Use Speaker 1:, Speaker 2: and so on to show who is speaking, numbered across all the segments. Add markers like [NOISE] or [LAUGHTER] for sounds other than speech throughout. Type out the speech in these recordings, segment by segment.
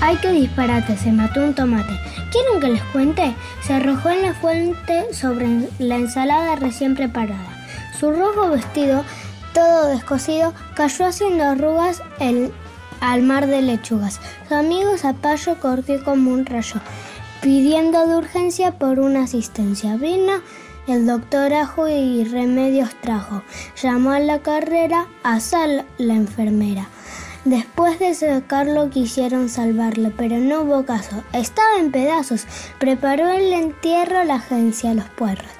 Speaker 1: ¡Ay, qué disparate! Se mató un tomate. ¿Quieren que les cuente? Se arrojó en la fuente sobre la ensalada recién preparada. Su rojo vestido, todo descosido, cayó haciendo arrugas el- al mar de lechugas. Su amigo Zapallo corrió como un rayo, pidiendo de urgencia por una asistencia. Vino el doctor Ajo y remedios trajo. Llamó a la carrera a Sal, la enfermera. Después de sacarlo quisieron salvarlo, pero no hubo caso. Estaba en pedazos. Preparó el entierro la agencia de los puerros.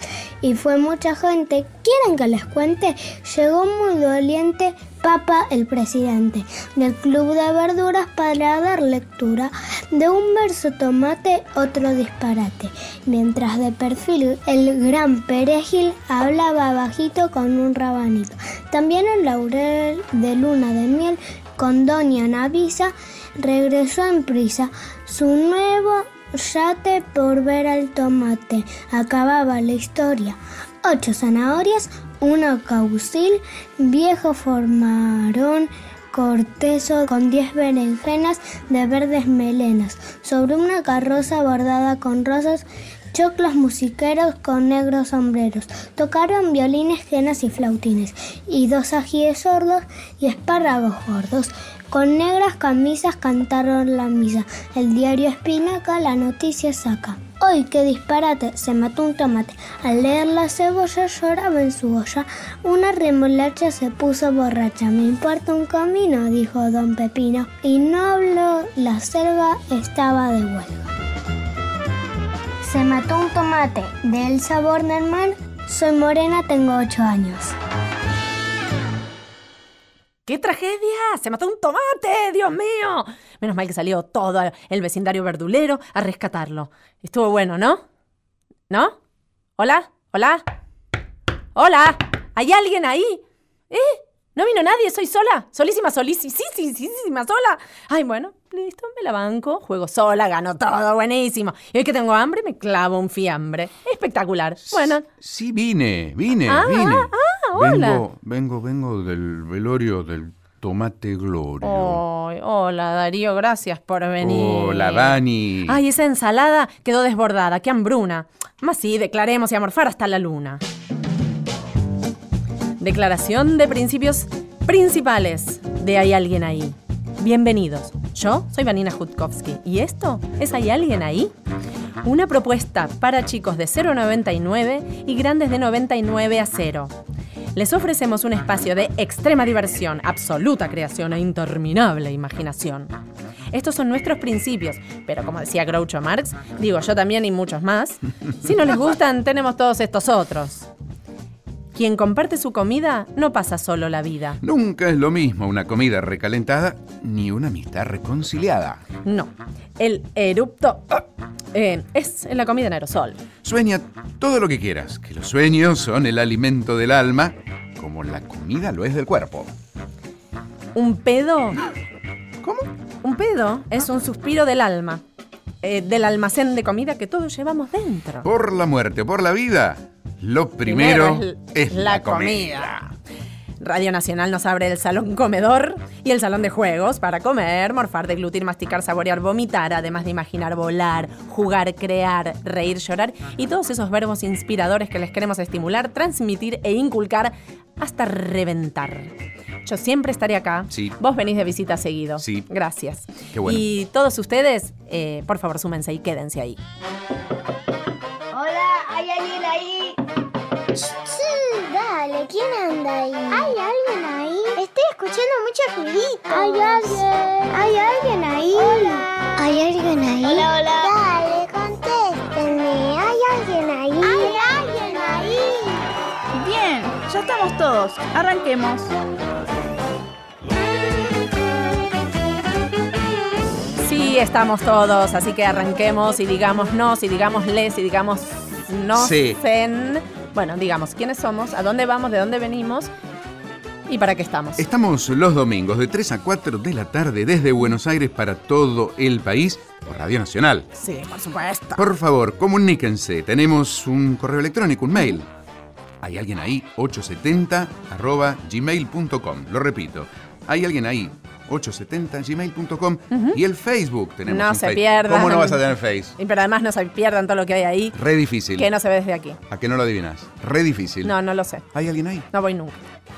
Speaker 1: Y fue mucha gente. ¿Quieren que les cuente? Llegó muy doliente Papa el presidente del Club de Verduras para dar lectura de un verso tomate, otro disparate. Mientras de perfil el gran perejil hablaba bajito con un rabanito. También el laurel de luna de miel con Doña Navisa regresó en prisa. Su nuevo yate por ver al tomate. Acababa la historia. Ocho zanahorias, una caucil, viejo formarón, cortezo con diez berenjenas de verdes melenas, sobre una carroza bordada con rosas, choclos musiqueros con negros sombreros. Tocaron violines, quenas y flautines, y dos ajíes sordos y espárragos gordos. Con negras camisas cantaron la misa. El diario Espinaca la noticia saca. ¡Hoy qué disparate! Se mató un tomate. Al leer la cebolla lloraba en su olla. Una remolacha se puso borracha. Me importa un camino, dijo don Pepino. Y no habló, la selva estaba de huelga. Se mató un tomate. De Elsa Bornerman, soy morena, tengo 8 años.
Speaker 2: ¡Qué tragedia! ¡Se mató un tomate! ¡Dios mío! Menos mal que salió todo el vecindario verdulero a rescatarlo. Estuvo bueno, ¿no? ¿No? ¿Hola? ¿Hola? ¿Hola? ¿Hay alguien ahí? ¿Eh? ¿No vino nadie? ¿Soy sola? ¿Solísima, solísima? Sí, sí, sí, sí, más sola. Ay, bueno, listo, me la banco. Juego sola, gano todo, buenísimo. Y hoy que tengo hambre, me clavo un fiambre. Espectacular. Bueno,
Speaker 3: Sí, vine, vine,
Speaker 2: Ah,
Speaker 3: vine.
Speaker 2: ah, ah, hola.
Speaker 3: Vengo, vengo, vengo del velorio del tomate Glorio.
Speaker 2: Ay, hola Darío, gracias por venir.
Speaker 3: Hola, Dani.
Speaker 2: Ay, esa ensalada quedó desbordada, qué hambruna. Más sí, declaremos y amorfar hasta la luna. Declaración de principios principales de Hay alguien ahí. Bienvenidos. Yo soy Vanina Jutkowski y esto es Hay alguien ahí. Una propuesta para chicos de 0 a 99 y grandes de 99 a 0. Les ofrecemos un espacio de extrema diversión, absoluta creación e interminable imaginación. Estos son nuestros principios, pero como decía Groucho Marx, digo yo también y muchos más, si no les gustan, tenemos todos estos otros. Quien comparte su comida no pasa solo la vida.
Speaker 3: Nunca es lo mismo una comida recalentada ni una amistad reconciliada.
Speaker 2: No, el erupto eh, es la comida en aerosol.
Speaker 3: Sueña todo lo que quieras, que los sueños son el alimento del alma, como la comida lo es del cuerpo.
Speaker 2: Un pedo,
Speaker 3: ¿Cómo?
Speaker 2: un pedo es un suspiro del alma, eh, del almacén de comida que todos llevamos dentro.
Speaker 3: Por la muerte o por la vida, lo primero, es, la comida.
Speaker 2: Radio Nacional nos abre el salón comedor y el salón de juegos para comer, morfar, deglutir, masticar, saborear, vomitar, además de imaginar, volar, jugar, crear, reír, llorar y todos esos verbos inspiradores que les queremos estimular, transmitir e inculcar hasta reventar. Yo siempre estaré acá.
Speaker 3: Sí.
Speaker 2: Vos venís de visita seguido.
Speaker 3: Sí.
Speaker 2: Gracias.
Speaker 3: Qué bueno.
Speaker 2: Y todos ustedes, eh, por favor, súmense y quédense ahí.
Speaker 4: Hola, ¿hay alguien ahí?
Speaker 5: Sí, dale, ¿quién anda ahí? ¿Hay alguien ahí? Estoy escuchando muchos ruiditos. ¿Hay alguien? ¿Hay alguien ahí? Hola. ¿Hay alguien ahí? Hola, hola. Dale, contéstenme. ¿Hay alguien ahí? ¿Hay alguien ahí?
Speaker 6: Bien, ya estamos todos. Arranquemos.
Speaker 2: Sí, estamos todos, así que arranquemos y digámonos y digámosles y digamos no
Speaker 3: Sí.
Speaker 2: Bueno, digamos quiénes somos, a dónde vamos, de dónde venimos y para qué estamos.
Speaker 3: Estamos los domingos de 3 a 4 de la tarde desde Buenos Aires para todo el país por Radio Nacional.
Speaker 2: Sí, por supuesto.
Speaker 3: Por favor, comuníquense. Tenemos un correo electrónico, un mail. Hay alguien ahí, 870 arroba gmail.com. Lo repito, hay alguien ahí, 870gmail.com y el Facebook tenemos.
Speaker 2: No
Speaker 3: un
Speaker 2: se
Speaker 3: Face.
Speaker 2: pierdan.
Speaker 3: ¿Cómo no vas a tener Face?
Speaker 2: Y pero además no se pierdan todo lo que hay ahí,
Speaker 3: Re difícil.
Speaker 2: que no se ve desde aquí.
Speaker 3: ¿A que no lo adivinas? Re difícil.
Speaker 2: No, no lo sé.
Speaker 3: ¿Hay alguien ahí?
Speaker 2: No voy nunca.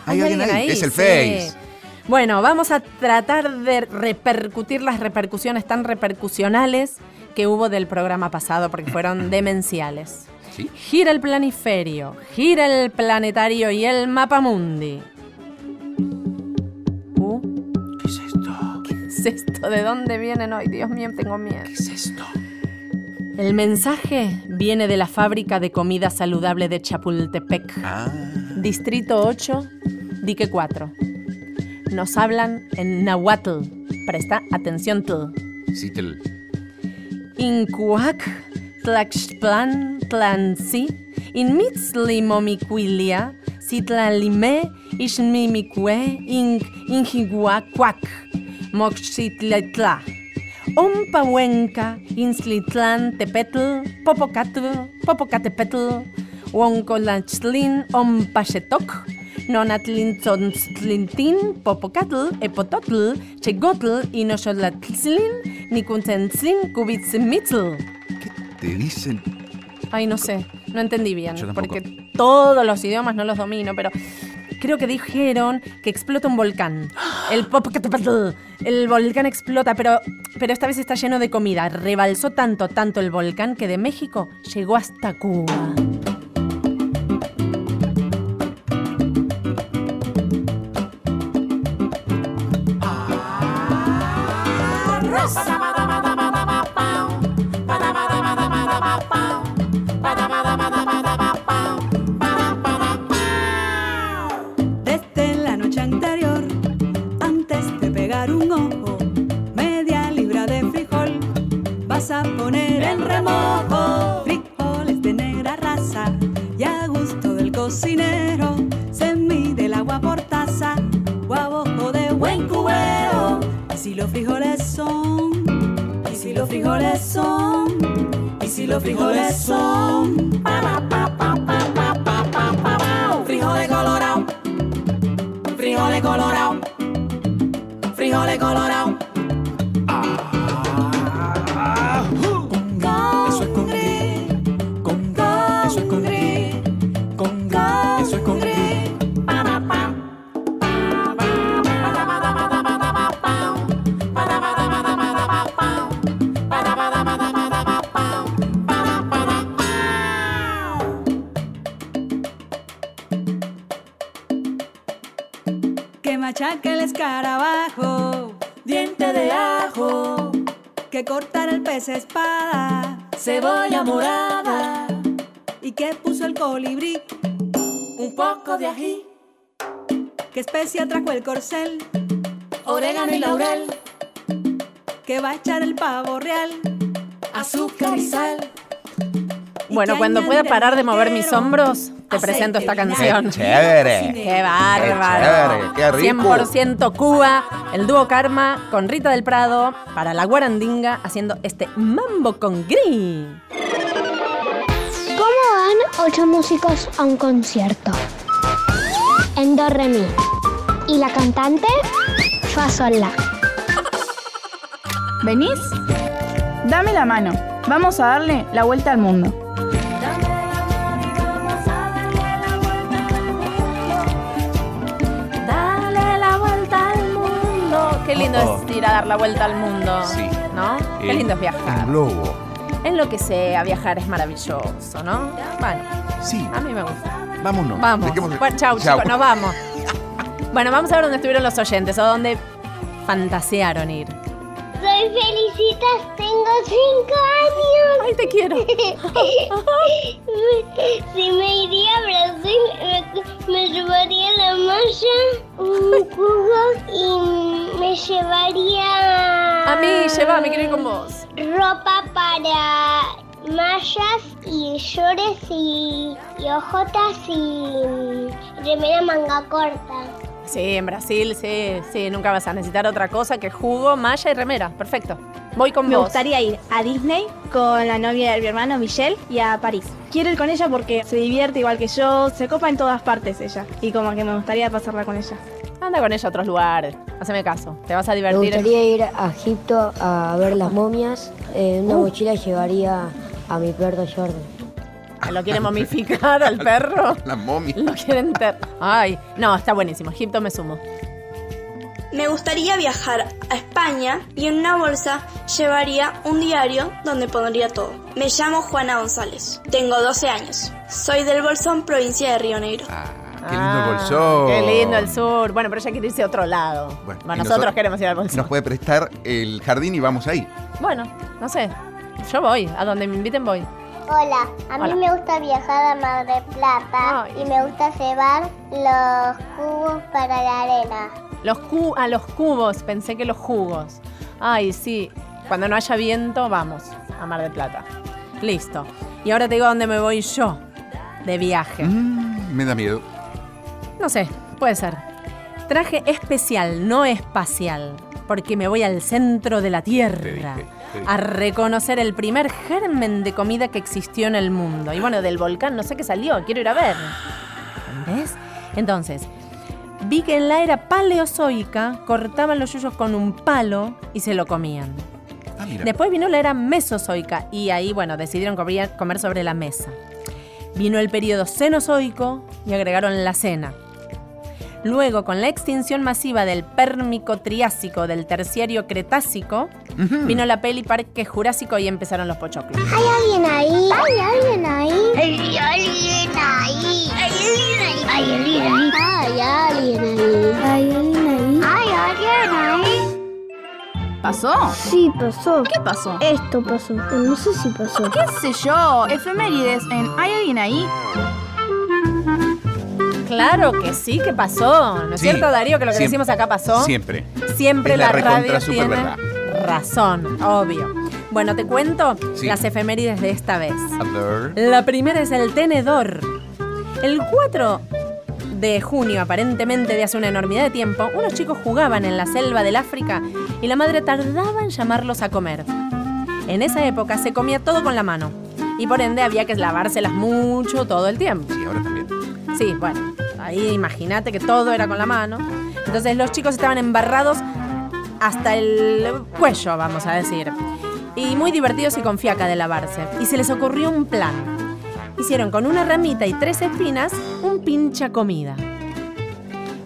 Speaker 3: ¿Hay alguien ahí? Es el Face.
Speaker 2: Bueno, vamos a tratar de repercutir las repercusiones tan repercusionales que hubo del programa pasado, porque
Speaker 3: [LAUGHS]
Speaker 2: fueron demenciales.
Speaker 3: Sí.
Speaker 2: Gira el planiferio, gira el planetario y el mapamundi. Uh,
Speaker 3: ¿Qué es esto?
Speaker 2: ¿Qué es esto? ¿De dónde vienen hoy? Dios mío, tengo miedo.
Speaker 3: ¿Qué es esto?
Speaker 2: El mensaje viene de la fábrica de comida saludable de Chapultepec.
Speaker 3: Ah,
Speaker 2: Distrito 8, Dique 4. Nos hablan en Nahuatl. Presta atención, tl.
Speaker 3: sí, te l-
Speaker 2: Incuac, Tlaxplan, Tlansi, Inmitzlimomiquilia, Citlalime, Ixmimicue, Inc, Injiguacuac, Moxitletla, Ompahuenca, Inslitlán, Tepetl, Popocatl, Popocatepetl, Huoncolaxtlin, Ompachetoc, Nonatlintzontzlintin, Popocatl, Epototl, Chegotl, Inoxolatzlin, Nicuntentzlin, Cubitzmitl.
Speaker 3: Te dicen.
Speaker 2: Ay, no sé, no entendí bien,
Speaker 3: Yo tampoco.
Speaker 2: porque todos los idiomas no los domino, pero creo que dijeron que explota un
Speaker 3: [GASPS]
Speaker 2: volcán. El Popocatépetl, el volcán explota, pero, pero esta vez está lleno de comida. Rebalsó tanto, tanto el volcán que de México llegó hasta Cuba.
Speaker 4: Desde la noche anterior, antes de pegar un ojo, media libra de frijol vas a poner en remojo. Frijoles de negra raza y a gusto del cocinero se mide el agua por taza o a bojo de buen cubeo. Y si los frijoles son, y si los frijoles son, y si los frijoles son, pa, pa, pa, pa, pa, pa, pa, pa, pa, pa, frijoles colorados. Frijoles colorado. Frijoles colorado. Conga, eso es congre. Conga, eso es congre. Conga, eso es congre. Que machaque el escarabajo, diente de ajo. Que cortar el pez espada, cebolla morada. Y que puso el colibrí, un poco de ají. Que especia trajo el corcel, orégano y laurel. Que va a echar el pavo real, azúcar y sal. Y
Speaker 2: Bueno,
Speaker 4: que
Speaker 2: cuando pueda
Speaker 4: añadir al
Speaker 2: parar de mover mis
Speaker 4: mortero
Speaker 2: hombros, te
Speaker 4: aceite,
Speaker 2: presento esta
Speaker 4: vinagre,
Speaker 2: canción.
Speaker 3: Chévere.
Speaker 2: ¡Qué
Speaker 3: chévere,
Speaker 2: bárbaro!
Speaker 3: qué rico.
Speaker 2: 100% Cuba, el dúo Karma con Rita del Prado para la Guarandinga haciendo este mambo con gris.
Speaker 1: ¿Cómo van ocho músicos a un concierto? En do re mi. Y la cantante fa sol la.
Speaker 6: ¿Venís? Dame la mano. Vamos a darle la vuelta al mundo.
Speaker 2: Dale la vuelta al mundo. Qué lindo
Speaker 3: Oh, oh.
Speaker 2: es ir a dar la vuelta al mundo.
Speaker 3: Sí.
Speaker 2: ¿No? Qué
Speaker 3: Eh,
Speaker 2: lindo es
Speaker 3: Un
Speaker 2: viajar.
Speaker 3: globo.
Speaker 2: En lo que sea, viajar es maravilloso, ¿no? Bueno,
Speaker 3: Sí.
Speaker 2: a mí me gusta.
Speaker 3: Vámonos.
Speaker 2: Vamos.
Speaker 3: Dejémosle-
Speaker 2: Bueno, chau,
Speaker 3: Chau.
Speaker 2: chicos, nos vamos. Bueno, vamos a ver dónde estuvieron los oyentes o dónde fantasearon ir.
Speaker 5: Soy Felicitas, tengo cinco años.
Speaker 2: ¡Ay, te quiero!
Speaker 5: [LAUGHS] si me iría a Brasil, me, me llevaría la malla, un cubo y me llevaría.
Speaker 2: A mí, lleva, me quiero ir con vos.
Speaker 5: Ropa para mallas y llores y, y ojotas y remera manga corta.
Speaker 2: Sí, en Brasil, sí, sí, nunca vas a necesitar otra cosa que jugo, malla y remera. Perfecto. Voy con
Speaker 7: Me
Speaker 2: vos.
Speaker 7: gustaría ir a Disney con la novia de mi hermano Michelle y a París. Quiero ir con ella porque se divierte igual que yo, se copa en todas partes ella. Y como que me gustaría pasarla con ella.
Speaker 2: Anda con ella a otros lugares. Haceme caso. Te vas a
Speaker 8: Me
Speaker 2: divertir.
Speaker 8: gustaría ir a Egipto a ver las momias. En
Speaker 1: Uh.
Speaker 8: una mochila llevaría a mi perro Jordan.
Speaker 2: [LAUGHS] Lo quieren momificar al perro.
Speaker 3: [LAUGHS] La momia.
Speaker 2: Lo quieren ter- Ay, no, está buenísimo. Egipto me sumo.
Speaker 9: Me gustaría viajar a España y en una bolsa llevaría un diario donde pondría todo. Me llamo Juana González, tengo 12 años, soy del Bolsón, provincia de Río Negro.
Speaker 3: Ah, qué lindo el bolsón.
Speaker 2: Qué lindo el sur. Bueno, pero ella quiere irse a otro lado. Bueno,
Speaker 3: Bueno, y
Speaker 2: nosotros,
Speaker 3: nosotros-
Speaker 2: queremos ir al bolsón.
Speaker 3: Nos puede prestar el jardín y vamos ahí.
Speaker 2: Bueno, no sé. Yo voy. A donde me inviten voy.
Speaker 5: Hola, a
Speaker 2: Hola.
Speaker 5: mí me gusta viajar a Mar del Plata
Speaker 2: Ay.
Speaker 5: y me gusta llevar los cubos para la arena.
Speaker 2: Los cu a los cubos, pensé que los jugos. Ay, sí. Cuando no haya viento, vamos a Mar del Plata. Listo. Y ahora te digo dónde me voy yo de viaje.
Speaker 3: Mm, me da miedo.
Speaker 2: No sé, puede ser. Traje especial, no espacial, porque me voy al centro de la
Speaker 3: Te dije,
Speaker 2: Tierra
Speaker 3: te dije.
Speaker 2: a reconocer el primer germen de comida que existió en el mundo. Y bueno, del volcán no sé qué salió, quiero ir a ver. ¿Entendés? Entonces, vi que en la era paleozoica cortaban los yuyos con un palo y se lo comían.
Speaker 3: Ah, mira.
Speaker 2: Después vino la era mesozoica y ahí, bueno, decidieron cobría- comer sobre la mesa. Vino el periodo cenozoico y agregaron la cena. Luego, con la extinción masiva del pérmico triásico del terciario cretácico, vino la peli Parque Jurásico y empezaron los pochoclos.
Speaker 5: ¿Hay alguien ahí? ¿Hay alguien ahí? ¿Hay alguien ahí? ¿Hay alguien ahí? ¿Hay alguien ahí?
Speaker 1: ¿Hay
Speaker 5: ¿Hay alguien ahí?
Speaker 1: alguien ahí?
Speaker 5: ¿Hay alguien ahí?
Speaker 6: ¿Pasó?
Speaker 1: ¿eh? Sí, pasó.
Speaker 6: ¿Qué pasó?
Speaker 1: Esto pasó. Eh, No sé si pasó.
Speaker 6: ¿Qué sé yo? Efemérides en ¿Hay alguien ahí?
Speaker 2: Claro que sí, que pasó. ¿No es
Speaker 3: Sí.
Speaker 2: cierto, Darío, que lo que
Speaker 3: Siempre.
Speaker 2: decimos acá pasó?
Speaker 3: Siempre.
Speaker 2: Siempre
Speaker 3: Es la
Speaker 2: la,
Speaker 3: recontra
Speaker 2: radio
Speaker 3: super
Speaker 2: tiene
Speaker 3: verdad.
Speaker 2: razón, obvio. Bueno, te cuento
Speaker 3: Sí.
Speaker 2: las efemérides de esta vez.
Speaker 3: A ver.
Speaker 2: La primera es el tenedor. El 4 de junio, aparentemente de hace una enormidad de tiempo, unos chicos jugaban en la selva del África y la madre tardaba en llamarlos a comer. En esa época se comía todo con la mano y por ende había que lavárselas mucho todo el tiempo.
Speaker 3: Sí, ahora también.
Speaker 2: Sí, bueno, ahí imagínate que todo era con la mano. Entonces los chicos estaban embarrados hasta el cuello, vamos a decir. Y muy divertidos y con fiaca de lavarse. Y se les ocurrió un plan. Hicieron con una ramita y tres espinas un pincha comida.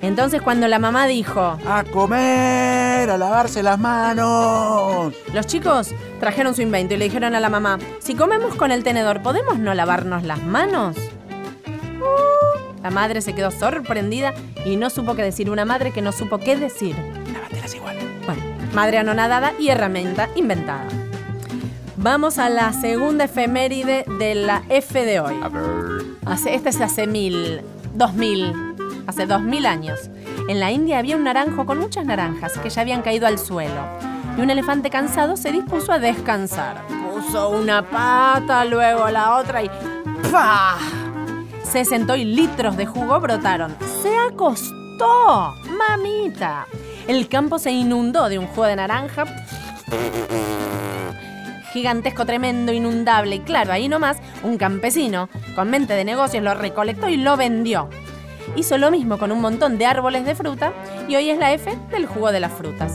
Speaker 2: Entonces cuando la mamá dijo,
Speaker 3: ¡A comer! ¡A lavarse las manos!
Speaker 2: los chicos trajeron su invento y le dijeron a la mamá, si comemos con el tenedor, ¿podemos no lavarnos las manos? Uh, La madre se quedó sorprendida y no supo qué decir. Una madre que no supo qué decir.
Speaker 3: Lávatelas igual.
Speaker 2: Bueno, madre anonadada y herramienta inventada. Vamos a la segunda efeméride de la F de hoy.
Speaker 3: A ver.
Speaker 2: Hace, esta es hace mil, dos mil, hace dos mil años. En la India había un naranjo con muchas naranjas que ya habían caído al suelo. Y un elefante cansado se dispuso a descansar. Puso una pata, luego la otra y ¡pah! Se sentó y litros de jugo brotaron. Se acostó, mamita. El campo se inundó de un jugo de naranja gigantesco, tremendo, inundable. Y claro, ahí nomás, un campesino con mente de negocios lo recolectó y lo vendió. Hizo lo mismo con un montón de árboles de fruta y hoy es la F del jugo de las frutas.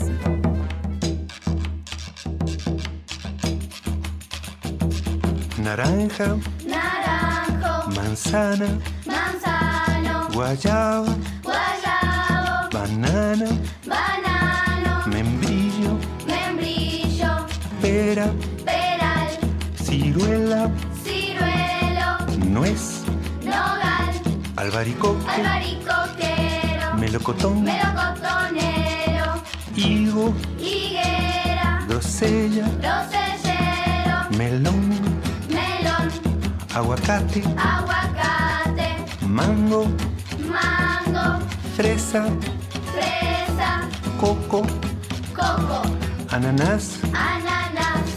Speaker 10: Naranja, naranjo, manzana, manzano, guayaba, guayabo, banana, banano, membrillo, membrillo, pera, peral, ciruela, ciruelo, nuez, nogal, albaricoque, albaricoquero, melocotón, melocotonero, higo, higuera, grosella, grosellero, melón melón, aguacate, aguacate, mango, mango, fresa, fresa, coco, coco, ananas, ananas,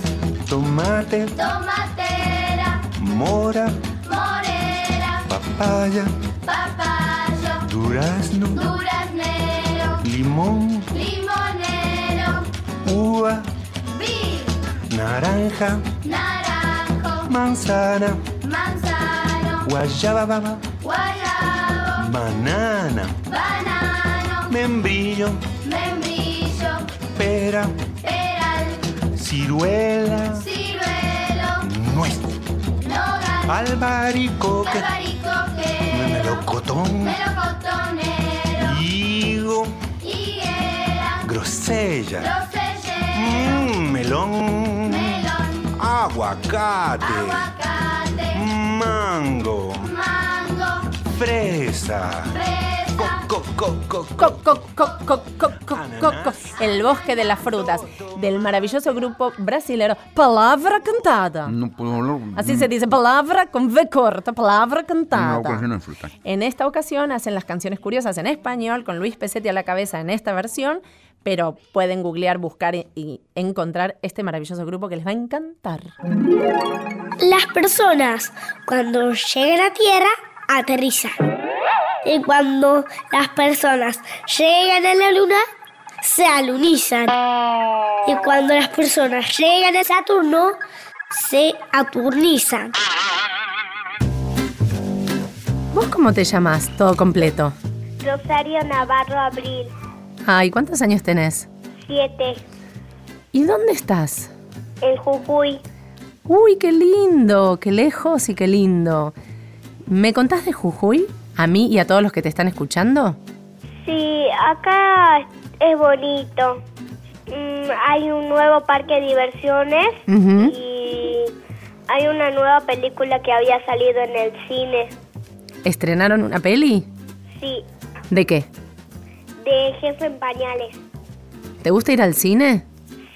Speaker 10: tomate, tomatera, mora, morera, papaya, papaya, durazno, duraznero, limón, limonero, uva, naranja, manzana, manzano, guayaba, guayabo, banana, banano,
Speaker 11: membrillo,
Speaker 10: membrillo,
Speaker 11: pera,
Speaker 10: peral,
Speaker 11: ciruela,
Speaker 10: ciruelo,
Speaker 11: nuez,
Speaker 10: nogal,
Speaker 11: albaricoque,
Speaker 10: albaricoque,
Speaker 11: melocotón,
Speaker 10: melocotonero,
Speaker 11: higo,
Speaker 10: higuera,
Speaker 11: grosella,
Speaker 10: rosellero,
Speaker 11: mm, melón,
Speaker 10: melón,
Speaker 11: aguacate,
Speaker 10: aguacate,
Speaker 11: mango,
Speaker 10: mango,
Speaker 11: fresa,
Speaker 10: fresa,
Speaker 11: co, co, co,
Speaker 2: Coc, coc, coc, coc, coc, coc, coc, coc. El bosque de las frutas del maravilloso grupo brasilero Palabra Cantada.
Speaker 3: No puedo hablar.
Speaker 2: Así se dice, palabra con V corta, palabra
Speaker 3: Una
Speaker 2: cantada.
Speaker 3: ocasión en fruta.
Speaker 2: En esta ocasión hacen las canciones curiosas en español con Luis Pesetti a la cabeza en esta versión, pero pueden googlear, buscar y- y encontrar este maravilloso grupo que les va a encantar.
Speaker 12: Las personas cuando llegan a tierra aterrizan. Y cuando las personas llegan a la luna se alunizan. Y cuando las personas llegan a Saturno se aturnizan.
Speaker 2: ¿Vos cómo te llamas? Todo completo.
Speaker 12: Rosario Navarro Abril,
Speaker 2: Ay, ¿cuántos años tenés?
Speaker 12: 7,
Speaker 2: ¿Y dónde estás?
Speaker 12: en Jujuy.
Speaker 2: Uy, qué lindo, qué lejos y qué lindo. ¿Me contás de Jujuy? A mí y a todos los que te están escuchando.
Speaker 12: Sí, acá es bonito. Mm, hay un nuevo parque de diversiones
Speaker 2: Ujú.
Speaker 12: y hay una nueva película que había salido en el cine.
Speaker 2: ¿Estrenaron una peli?
Speaker 12: Sí,
Speaker 2: ¿De qué?
Speaker 12: de Jefe en Pañales.
Speaker 2: ¿Te gusta ir al cine?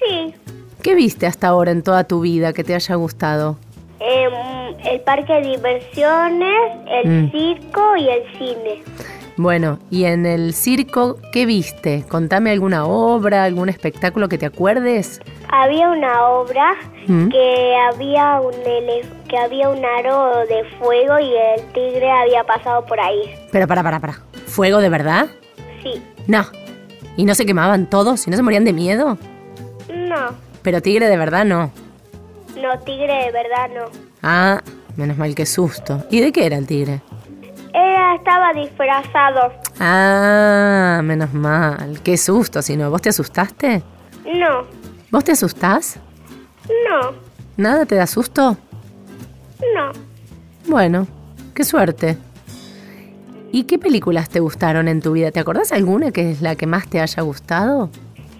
Speaker 12: Sí,
Speaker 2: ¿Qué viste hasta ahora en toda tu vida que te haya gustado?
Speaker 12: em, el parque de diversiones, el
Speaker 2: Mm.
Speaker 12: circo y el cine.
Speaker 2: Bueno, y en el circo, ¿qué viste? Contame alguna obra, algún espectáculo que te acuerdes.
Speaker 12: Había una obra
Speaker 2: Mm.
Speaker 12: que había un elef- que había un aro de fuego y el tigre había pasado por ahí.
Speaker 2: Pero para, para, para. ¿Fuego de verdad?
Speaker 12: Sí.
Speaker 2: No. ¿Y no se quemaban todos? ¿Y no se morían de miedo?
Speaker 12: No,
Speaker 2: Pero tigre de verdad no.
Speaker 12: no tigre de verdad no.
Speaker 2: Ah, menos mal que susto. ¿Y de qué era el tigre?
Speaker 12: Ella estaba disfrazado.
Speaker 2: Ah, menos mal. Qué susto, si no. ¿Vos te asustaste?
Speaker 12: No,
Speaker 2: ¿Vos te asustás?
Speaker 12: no,
Speaker 2: ¿Nada te da susto?
Speaker 12: no.
Speaker 2: Bueno, qué suerte. ¿Y qué películas te gustaron en tu vida? ¿Te acordás alguna que es la que más te haya gustado?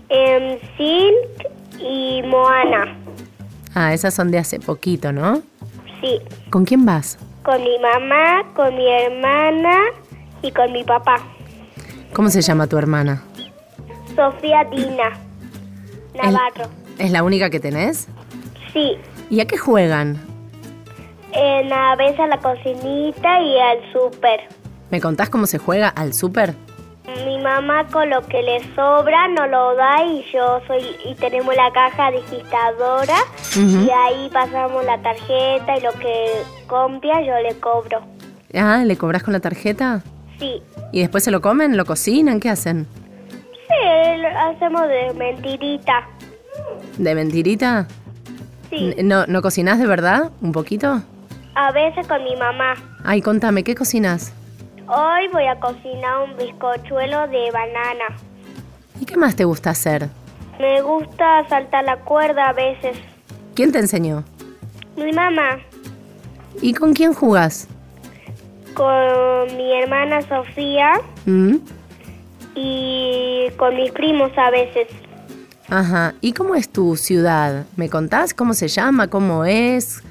Speaker 12: Em, Silk y Moana.
Speaker 2: Ah, esas son de hace poquito, ¿no?
Speaker 12: Sí,
Speaker 2: ¿Con quién vas?
Speaker 12: con mi mamá, con mi hermana y con mi papá.
Speaker 2: ¿Cómo se llama tu hermana?
Speaker 12: Sofía Dina Navarro.
Speaker 2: ¿Es la única que tenés?
Speaker 12: Sí,
Speaker 2: ¿Y a qué juegan?
Speaker 12: en la vez a la cocinita y al súper.
Speaker 2: ¿Me contás cómo se juega al súper?
Speaker 12: Mi mamá con lo que le sobra no lo da y yo soy y tenemos la caja digitadora
Speaker 2: Ujú.
Speaker 12: y ahí pasamos la tarjeta y lo que compra yo le cobro.
Speaker 2: Ah, ¿le cobras con la tarjeta?
Speaker 12: Sí,
Speaker 2: ¿Y después se lo comen? ¿Lo cocinan? ¿Qué hacen?
Speaker 12: sí, lo hacemos de mentirita.
Speaker 2: ¿De mentirita?
Speaker 12: Sí,
Speaker 2: N- ¿No, ¿No cocinás de verdad? ¿Un poquito?
Speaker 12: a veces con mi mamá.
Speaker 2: Ay, contame, ¿qué cocinas?
Speaker 12: Hoy voy a cocinar un bizcochuelo de banana.
Speaker 2: ¿Y qué más te gusta hacer?
Speaker 12: Me gusta saltar la cuerda a veces.
Speaker 2: ¿Quién te enseñó?
Speaker 12: Mi mamá
Speaker 2: ¿Y con quién jugás?
Speaker 12: con mi hermana Sofía
Speaker 2: Mm,
Speaker 12: y con mis primos a veces.
Speaker 2: Ajá. ¿Y cómo es tu ciudad? ¿Me contás cómo se llama? ¿Cómo es?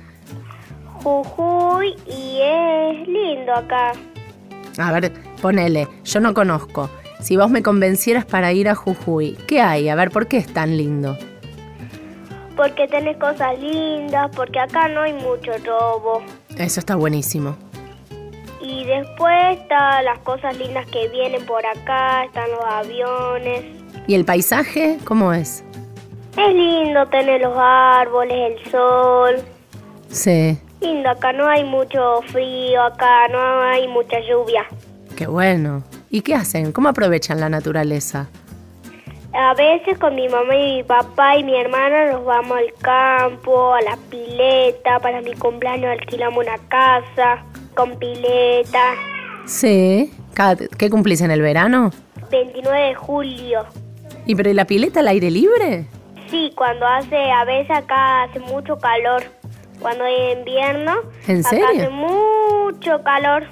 Speaker 12: Jujuy y es lindo acá.
Speaker 2: A ver, ponele, yo no conozco. Si vos me convencieras para ir a Jujuy, ¿qué hay? A ver, ¿por qué es tan lindo?
Speaker 12: Porque tenés cosas lindas, porque acá no hay mucho robo.
Speaker 2: Eso está buenísimo.
Speaker 12: Y después están las cosas lindas que vienen por acá, están los aviones.
Speaker 2: ¿Y el paisaje? ¿Cómo es?
Speaker 12: Es lindo tener los árboles, el sol.
Speaker 2: Sí.
Speaker 12: Lindo, acá no hay mucho frío, acá no hay mucha lluvia.
Speaker 2: Qué bueno. ¿Y qué hacen? ¿Cómo aprovechan la naturaleza?
Speaker 12: A veces con mi mamá y mi papá y mi hermana nos vamos al campo, a la pileta. Para mi cumpleaños alquilamos una casa con pileta.
Speaker 2: Sí. Cada- ¿Qué cumplís en el verano?
Speaker 12: 29 de julio.
Speaker 2: ¿Y pero ¿y la pileta al aire libre?
Speaker 12: Sí, cuando hace, a veces acá hace mucho calor. Cuando es invierno,
Speaker 2: ¿En
Speaker 12: acá
Speaker 2: serio?
Speaker 12: hace mucho calor.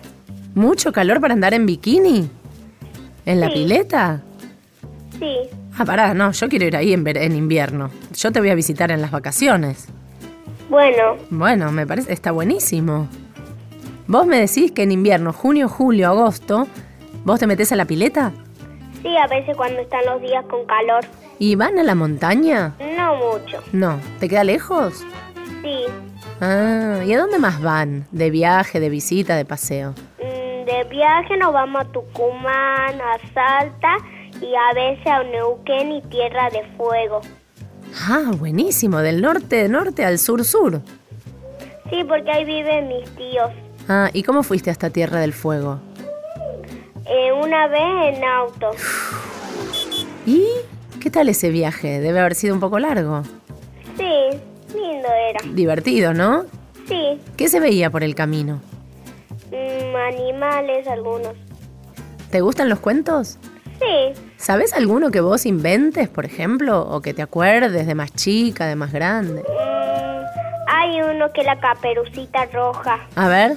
Speaker 2: ¿Mucho calor para andar en bikini? ¿En la
Speaker 12: Sí.
Speaker 2: pileta?
Speaker 12: Sí,
Speaker 2: Ah, pará, no, yo quiero ir ahí en, ver- en invierno. Yo te voy a visitar en las vacaciones.
Speaker 12: bueno,
Speaker 2: Bueno, me parece, está buenísimo. Vos me decís que en invierno, junio, julio, agosto, vos te metés a la pileta
Speaker 12: sí, a veces cuando están los días con calor.
Speaker 2: y van a la montaña.
Speaker 12: No mucho,
Speaker 2: No, ¿te queda lejos?
Speaker 12: sí.
Speaker 2: Ah, ¿y a dónde más van? ¿De viaje, de visita, de paseo?
Speaker 12: Mm, De viaje nos vamos a Tucumán, a Salta y a veces a Neuquén y Tierra de Fuego.
Speaker 2: Ah, buenísimo, del norte, norte al sur, sur.
Speaker 12: Sí, porque ahí viven mis tíos.
Speaker 2: Ah, ¿y cómo fuiste hasta Tierra del Fuego?
Speaker 12: Eh, una vez en auto.
Speaker 2: ¿Y qué tal ese viaje? Debe haber sido un poco largo.
Speaker 12: Sí, lindo era.
Speaker 2: Divertido, ¿no?
Speaker 12: Sí,
Speaker 2: ¿Qué se veía por el camino?
Speaker 12: mm, animales algunos.
Speaker 2: ¿Te gustan los cuentos?
Speaker 12: Sí,
Speaker 2: ¿Sabes alguno que vos inventes, por ejemplo, o que te acuerdes de más chica, de más grande?
Speaker 12: mm, hay uno que la caperucita roja.
Speaker 2: A ver,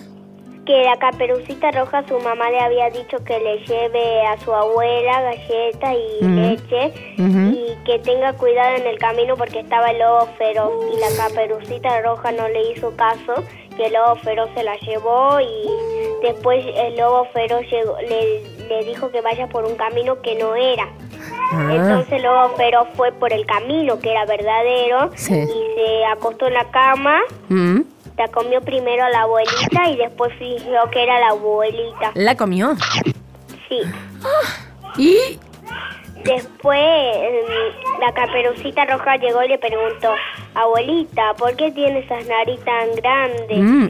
Speaker 12: Que la caperucita roja su mamá le había dicho que le lleve a su abuela galletas y
Speaker 2: Mm.
Speaker 12: leche
Speaker 2: Ujú.
Speaker 12: y que tenga cuidado en el camino porque estaba el lobo feroz y la caperucita roja no le hizo caso que el lobo feroz se la llevó y después el lobo feroz llegó- le, le dijo que vaya por un camino que no era.
Speaker 2: Ah.
Speaker 12: Entonces el lobo feroz fue por el camino que era verdadero
Speaker 2: Sí.
Speaker 12: y se acostó en la cama.
Speaker 2: Mm.
Speaker 12: La comió primero la abuelita y después fingió que era la abuelita.
Speaker 2: ¿la comió?
Speaker 12: Sí.
Speaker 2: ¿Y?
Speaker 12: Después em, la caperucita roja llegó y le preguntó, abuelita, ¿por qué tiene esas nariz tan grandes?
Speaker 2: Mm,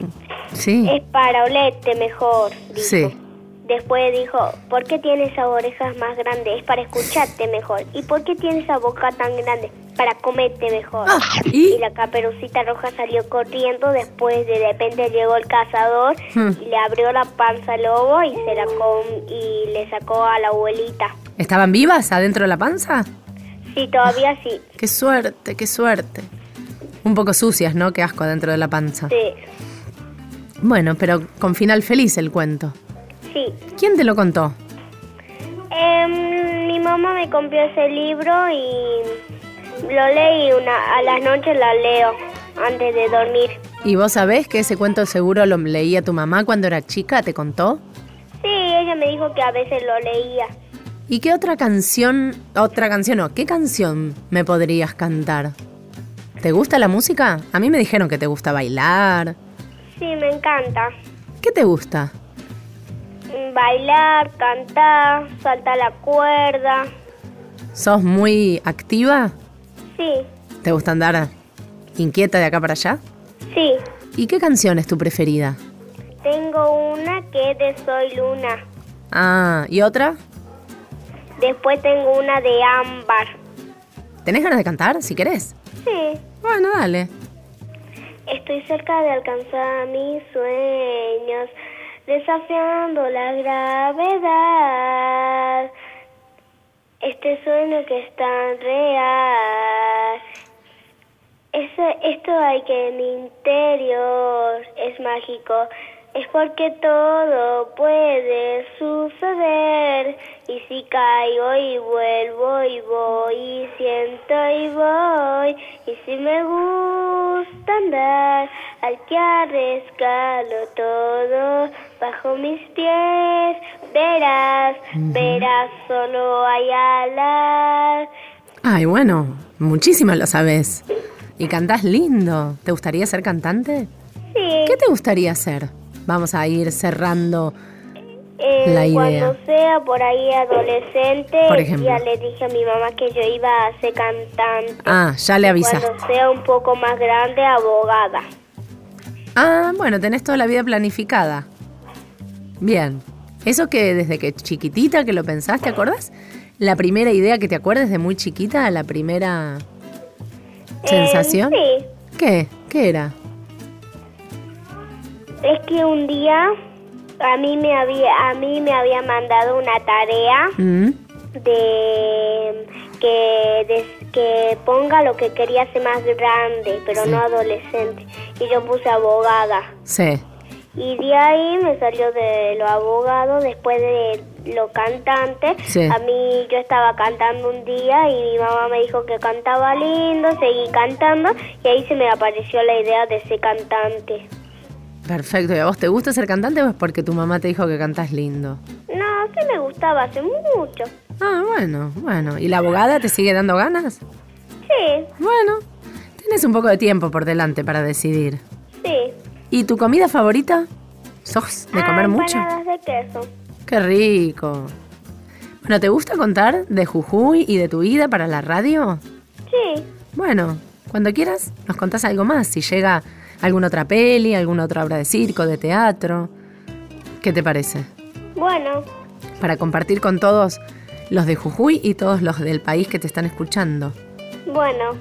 Speaker 2: Sí,
Speaker 12: Es para olerte mejor.
Speaker 2: sí.
Speaker 12: Después dijo, ¿por qué tiene esas orejas más grandes? Es para escucharte mejor. ¿Y por qué tiene esa boca tan grande? Para comerte mejor.
Speaker 2: Ah, ¿y?
Speaker 12: la caperucita roja salió corriendo. Después de repente llegó el cazador
Speaker 2: Hmm.
Speaker 12: y le abrió la panza al lobo y, se la com- y le sacó a la abuelita.
Speaker 2: ¿Estaban vivas adentro de la panza?
Speaker 12: Sí, todavía sí.
Speaker 2: Qué suerte, qué suerte. Un poco sucias, ¿no? Qué asco adentro de la panza.
Speaker 12: Sí,
Speaker 2: Bueno, pero con final feliz el cuento.
Speaker 12: sí.
Speaker 2: ¿Quién te lo contó?
Speaker 12: Em, mi mamá me compró ese libro y lo leí una, a las noches, la leo antes de dormir.
Speaker 2: ¿Y vos sabés que ese cuento seguro lo leía tu mamá cuando era chica? ¿Te contó?
Speaker 12: Sí, ella me dijo que a veces lo leía.
Speaker 2: ¿Y qué otra canción, otra canción no, qué canción me podrías cantar? ¿Te gusta la música? A mí me dijeron que te gusta bailar.
Speaker 12: Sí, me encanta.
Speaker 2: ¿Qué te gusta?
Speaker 12: Mm, Bailar, cantar, saltar la cuerda.
Speaker 2: ¿Sos muy activa?
Speaker 12: Sí,
Speaker 2: ¿Te gusta andar inquieta de acá para allá?
Speaker 12: sí.
Speaker 2: ¿Y qué canción es tu preferida?
Speaker 12: Tengo una que es de Soy Luna.
Speaker 2: Ah, ¿y otra?
Speaker 12: Después tengo una de Ámbar.
Speaker 2: ¿Tenés ganas de cantar si querés?
Speaker 12: Sí.
Speaker 2: Bueno, dale.
Speaker 12: Estoy cerca de alcanzar mis sueños, desafiando la gravedad. Este sueño que es tan real. Eso- esto hay que en mi interior es mágico. Es porque todo puede suceder. Y si caigo y vuelvo y voy y siento y voy. Y si me gusta andar, al que arriesgarlo todo bajo mis pies, verás, verás, solo hay alas.
Speaker 2: Ay, bueno, muchísimo lo sabés. Y cantás lindo. ¿Te gustaría ser cantante?
Speaker 12: Sí.
Speaker 2: ¿Qué te gustaría hacer? Vamos a ir cerrando.
Speaker 12: Eh,
Speaker 2: La idea.
Speaker 12: Cuando sea por ahí adolescente,
Speaker 2: Por ejemplo.
Speaker 12: ya le dije a mi mamá que yo iba a ser cantante.
Speaker 2: Ah, ya le avisaste.
Speaker 12: Cuando sea un poco más grande, abogada.
Speaker 2: Ah, bueno, tenés toda la vida planificada. Bien. Eso que desde que chiquitita que lo pensás, ¿te acordás? La primera idea que te acuerdas de muy chiquita, la primera
Speaker 12: Eh,
Speaker 2: sensación.
Speaker 12: sí.
Speaker 2: ¿Qué? ¿Qué era?
Speaker 12: Es que un día a mí me había a mí me había mandado una tarea
Speaker 2: Mm,
Speaker 12: de que, des- que ponga lo que quería hacer más grande, pero
Speaker 2: Sí.
Speaker 12: no adolescente. Y yo puse abogada.
Speaker 2: Sí.
Speaker 12: Y de ahí me salió de los abogados, después de los cantantes.
Speaker 2: Sí.
Speaker 12: A mí yo estaba cantando un día y mi mamá me dijo que cantaba lindo, seguí cantando y ahí se me apareció la idea de ser cantante.
Speaker 2: Perfecto. ¿Y a vos te gusta ser cantante o es porque tu mamá te dijo que cantás lindo?
Speaker 12: No, que me gustaba hace mucho.
Speaker 2: Ah, bueno, bueno. ¿Y la abogada te sigue dando ganas?
Speaker 12: Sí.
Speaker 2: Bueno. Tienes un poco de tiempo por delante para decidir.
Speaker 12: Sí.
Speaker 2: ¿Y tu comida favorita? ¿Sos de comer
Speaker 12: Ah,
Speaker 2: mucho?
Speaker 12: empanadas de queso.
Speaker 2: Qué rico. Bueno, ¿te gusta contar de Jujuy y de tu vida para la radio?
Speaker 12: Sí.
Speaker 2: Bueno, cuando quieras nos contás algo más, si llega alguna otra peli, alguna otra obra de circo, de teatro. ¿Qué te parece?
Speaker 12: Bueno,
Speaker 2: Para compartir con todos los de Jujuy y todos los del país que te están escuchando.
Speaker 12: bueno.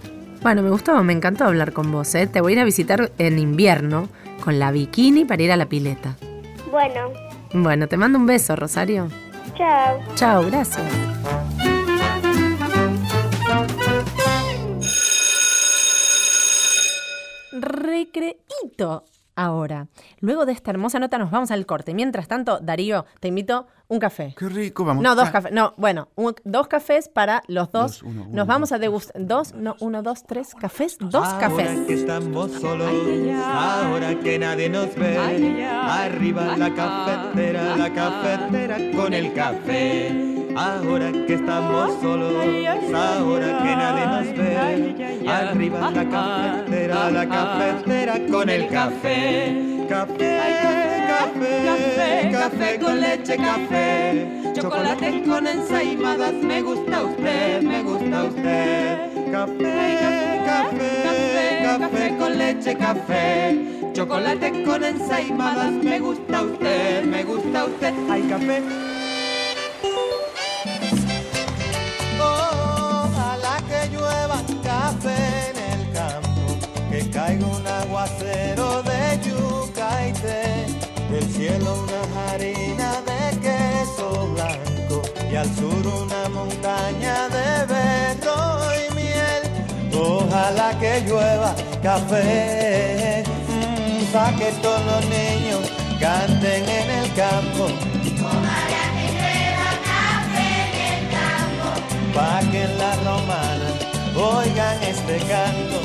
Speaker 2: Bueno, me gustó, me encantó hablar con vos, ¿eh? Te voy a ir a visitar en invierno con la bikini para ir a la pileta.
Speaker 12: Bueno,
Speaker 2: Bueno, te mando un beso, Rosario.
Speaker 12: chao.
Speaker 2: Chao, gracias. Recreíto ahora. Luego de esta hermosa nota nos vamos al corte. Mientras tanto, Darío, te invito un café.
Speaker 3: Qué rico, vamos.
Speaker 2: No, dos
Speaker 3: Ah,
Speaker 2: cafés. No, bueno, un- dos cafés para los dos.
Speaker 3: Dos, uno, uno, Ah,
Speaker 2: nos vamos a degustar. Dos, no, uno, dos, tres cafés. Dos
Speaker 13: ahora
Speaker 2: cafés.
Speaker 13: que estamos solos, ahora que nadie nos ve, arriba la cafetera, la cafetera con el café. Ahora que estamos solos, ahora que nadie nos ve, arriba la cafetera, la cafetera con el café. Café, café, café con leche, café. Chocolate con ensaimadas, me gusta usted, me gusta usted. Café, café, café con leche, café. Chocolate con ensaimadas, me gusta usted, me gusta usted. Hay café. Ojalá que llueva café en el campo, que caiga un aguacero de yuca y té, del cielo una harina de queso blanco y al sur una montaña de berro y miel. Ojalá que llueva café, para que todos los niños canten en el campo. Pa' que en la romana oigan este canto.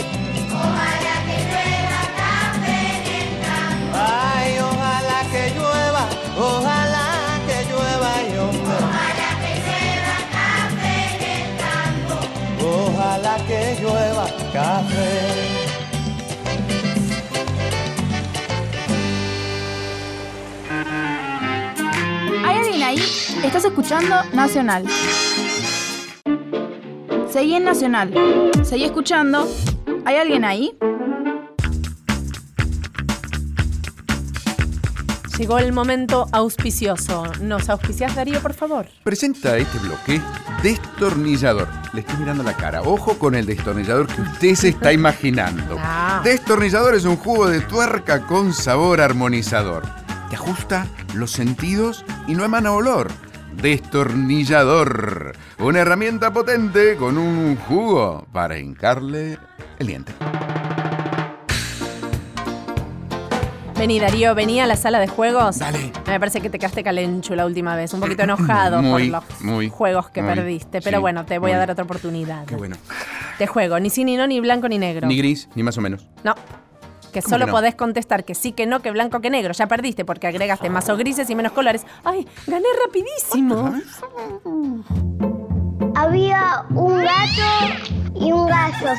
Speaker 13: Ojalá que llueva café en el campo. Ay, ojalá que llueva, ojalá que llueva y Ojalá que llueva café en el campo. Ojalá que llueva café.
Speaker 6: ¿Hay alguien ahí? Estás escuchando Nacional. Seguí en Nacional. Seguí escuchando. ¿Hay alguien ahí?
Speaker 2: Llegó el momento auspicioso. ¿Nos auspiciás, Darío, por favor?
Speaker 3: Presenta este bloque destornillador. Le estoy mirando la cara. Ojo con el destornillador que usted se está imaginando.
Speaker 2: [LAUGHS] Ah.
Speaker 3: Destornillador es un jugo de tuerca con sabor armonizador. Te ajusta los sentidos y no emana olor. Destornillador. Una herramienta potente con un jugo para hincarle el diente.
Speaker 2: Vení, Darío, vení a la sala de juegos. Dale. Me parece que te quedaste calencho la última vez, un
Speaker 3: [LAUGHS]
Speaker 2: poquito enojado
Speaker 3: Muy,
Speaker 2: por los
Speaker 3: muy,
Speaker 2: juegos que
Speaker 3: muy,
Speaker 2: perdiste. Pero
Speaker 3: sí,
Speaker 2: bueno, te voy a
Speaker 3: muy.
Speaker 2: dar otra oportunidad.
Speaker 3: Qué bueno.
Speaker 2: Te juego, ni sí, ni no, ni blanco, ni negro.
Speaker 3: Ni gris, ni más o menos.
Speaker 2: No. Que
Speaker 3: ¿Cómo
Speaker 2: solo
Speaker 3: que no?
Speaker 2: podés contestar que sí, que no, que blanco, que negro. Ya perdiste porque agregaste más o grises y menos colores. ¡Ay, gané rapidísimo!
Speaker 5: Había un gato y un gato.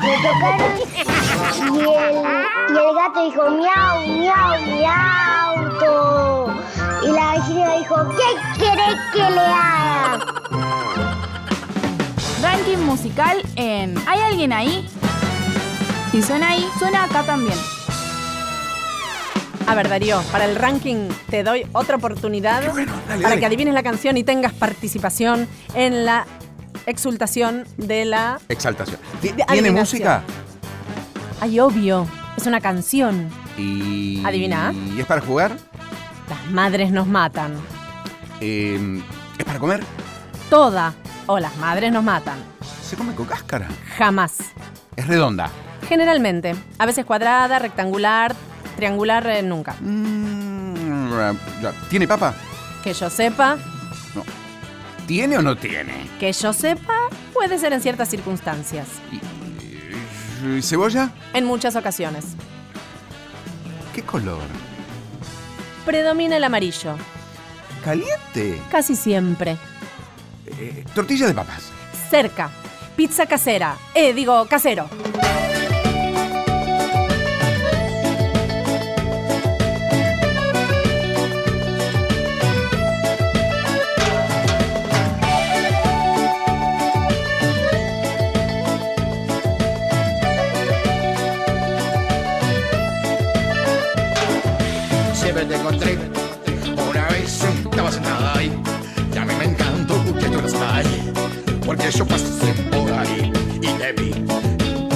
Speaker 5: Me tocaron y el, y el gato dijo miau, miau, miau. Y la vecina dijo, ¿qué querés que le haga?
Speaker 6: Ranking musical en ¿Hay alguien ahí? Si suena ahí, suena acá también.
Speaker 2: A ver, Darío, para el ranking te doy otra oportunidad para
Speaker 6: dale.
Speaker 2: que adivines la canción y tengas participación en la exultación de la
Speaker 3: Exaltación. Ti-
Speaker 2: De
Speaker 3: ¿Tiene
Speaker 2: adivinación.
Speaker 3: música?
Speaker 2: Ay, obvio, es una canción.
Speaker 3: Y...
Speaker 2: Adivina.
Speaker 3: ¿Y es para jugar?
Speaker 2: Las madres nos matan.
Speaker 3: Eh, ¿Es para comer?
Speaker 2: Toda. O las madres nos matan.
Speaker 3: ¿Se come con cáscara?
Speaker 2: Jamás.
Speaker 3: Es redonda.
Speaker 2: Generalmente. A veces cuadrada, rectangular, triangular, eh, nunca.
Speaker 3: Mm, ya. ¿Tiene papa?
Speaker 2: Que yo sepa,
Speaker 3: ¿Tiene o no tiene?
Speaker 2: que yo sepa, puede ser en ciertas circunstancias.
Speaker 3: Eh, ¿Cebolla?
Speaker 2: En muchas ocasiones.
Speaker 3: ¿Qué color?
Speaker 2: Predomina el amarillo.
Speaker 3: ¿Caliente?
Speaker 2: Casi siempre.
Speaker 3: Eh, tortilla de papas.
Speaker 2: Cerca. Pizza casera. Eh, digo, casero.
Speaker 14: Siempre te encontré. Una vez estaba sentada ahí. Y a mí me encantó que tú eras ahí. Porque yo pasé por ahí y te vi.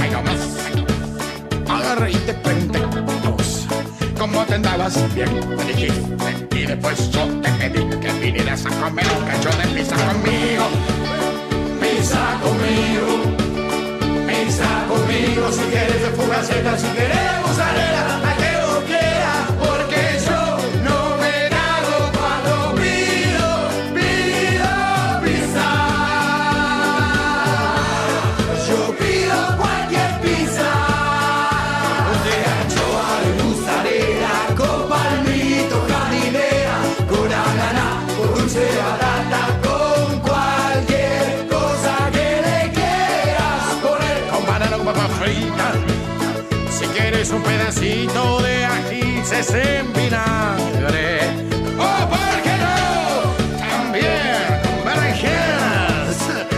Speaker 14: Ahí nomás. Agarré y te pregunté a vos. ¿Cómo te andabas? Bien, me dijiste. Y después yo te pedí que vinieras a comer un cacho de pizza conmigo. Pizza conmigo. Pizza conmigo. Si quieres de fugaceta, si quieres de mozzarella, a que lo quiera. Porque yo no me cago cuando pido, pido pizza. Yo pido cualquier pizza. De anchoa de mozzarella, con palmito jardinera, con ananá, con dulce de batata, con cualquier cosa que le quieras poner, con banano, con papa frita. Si quieres un pedacito de ají, se en vinagre. ¡Oh, por qué no! También con berenjenas.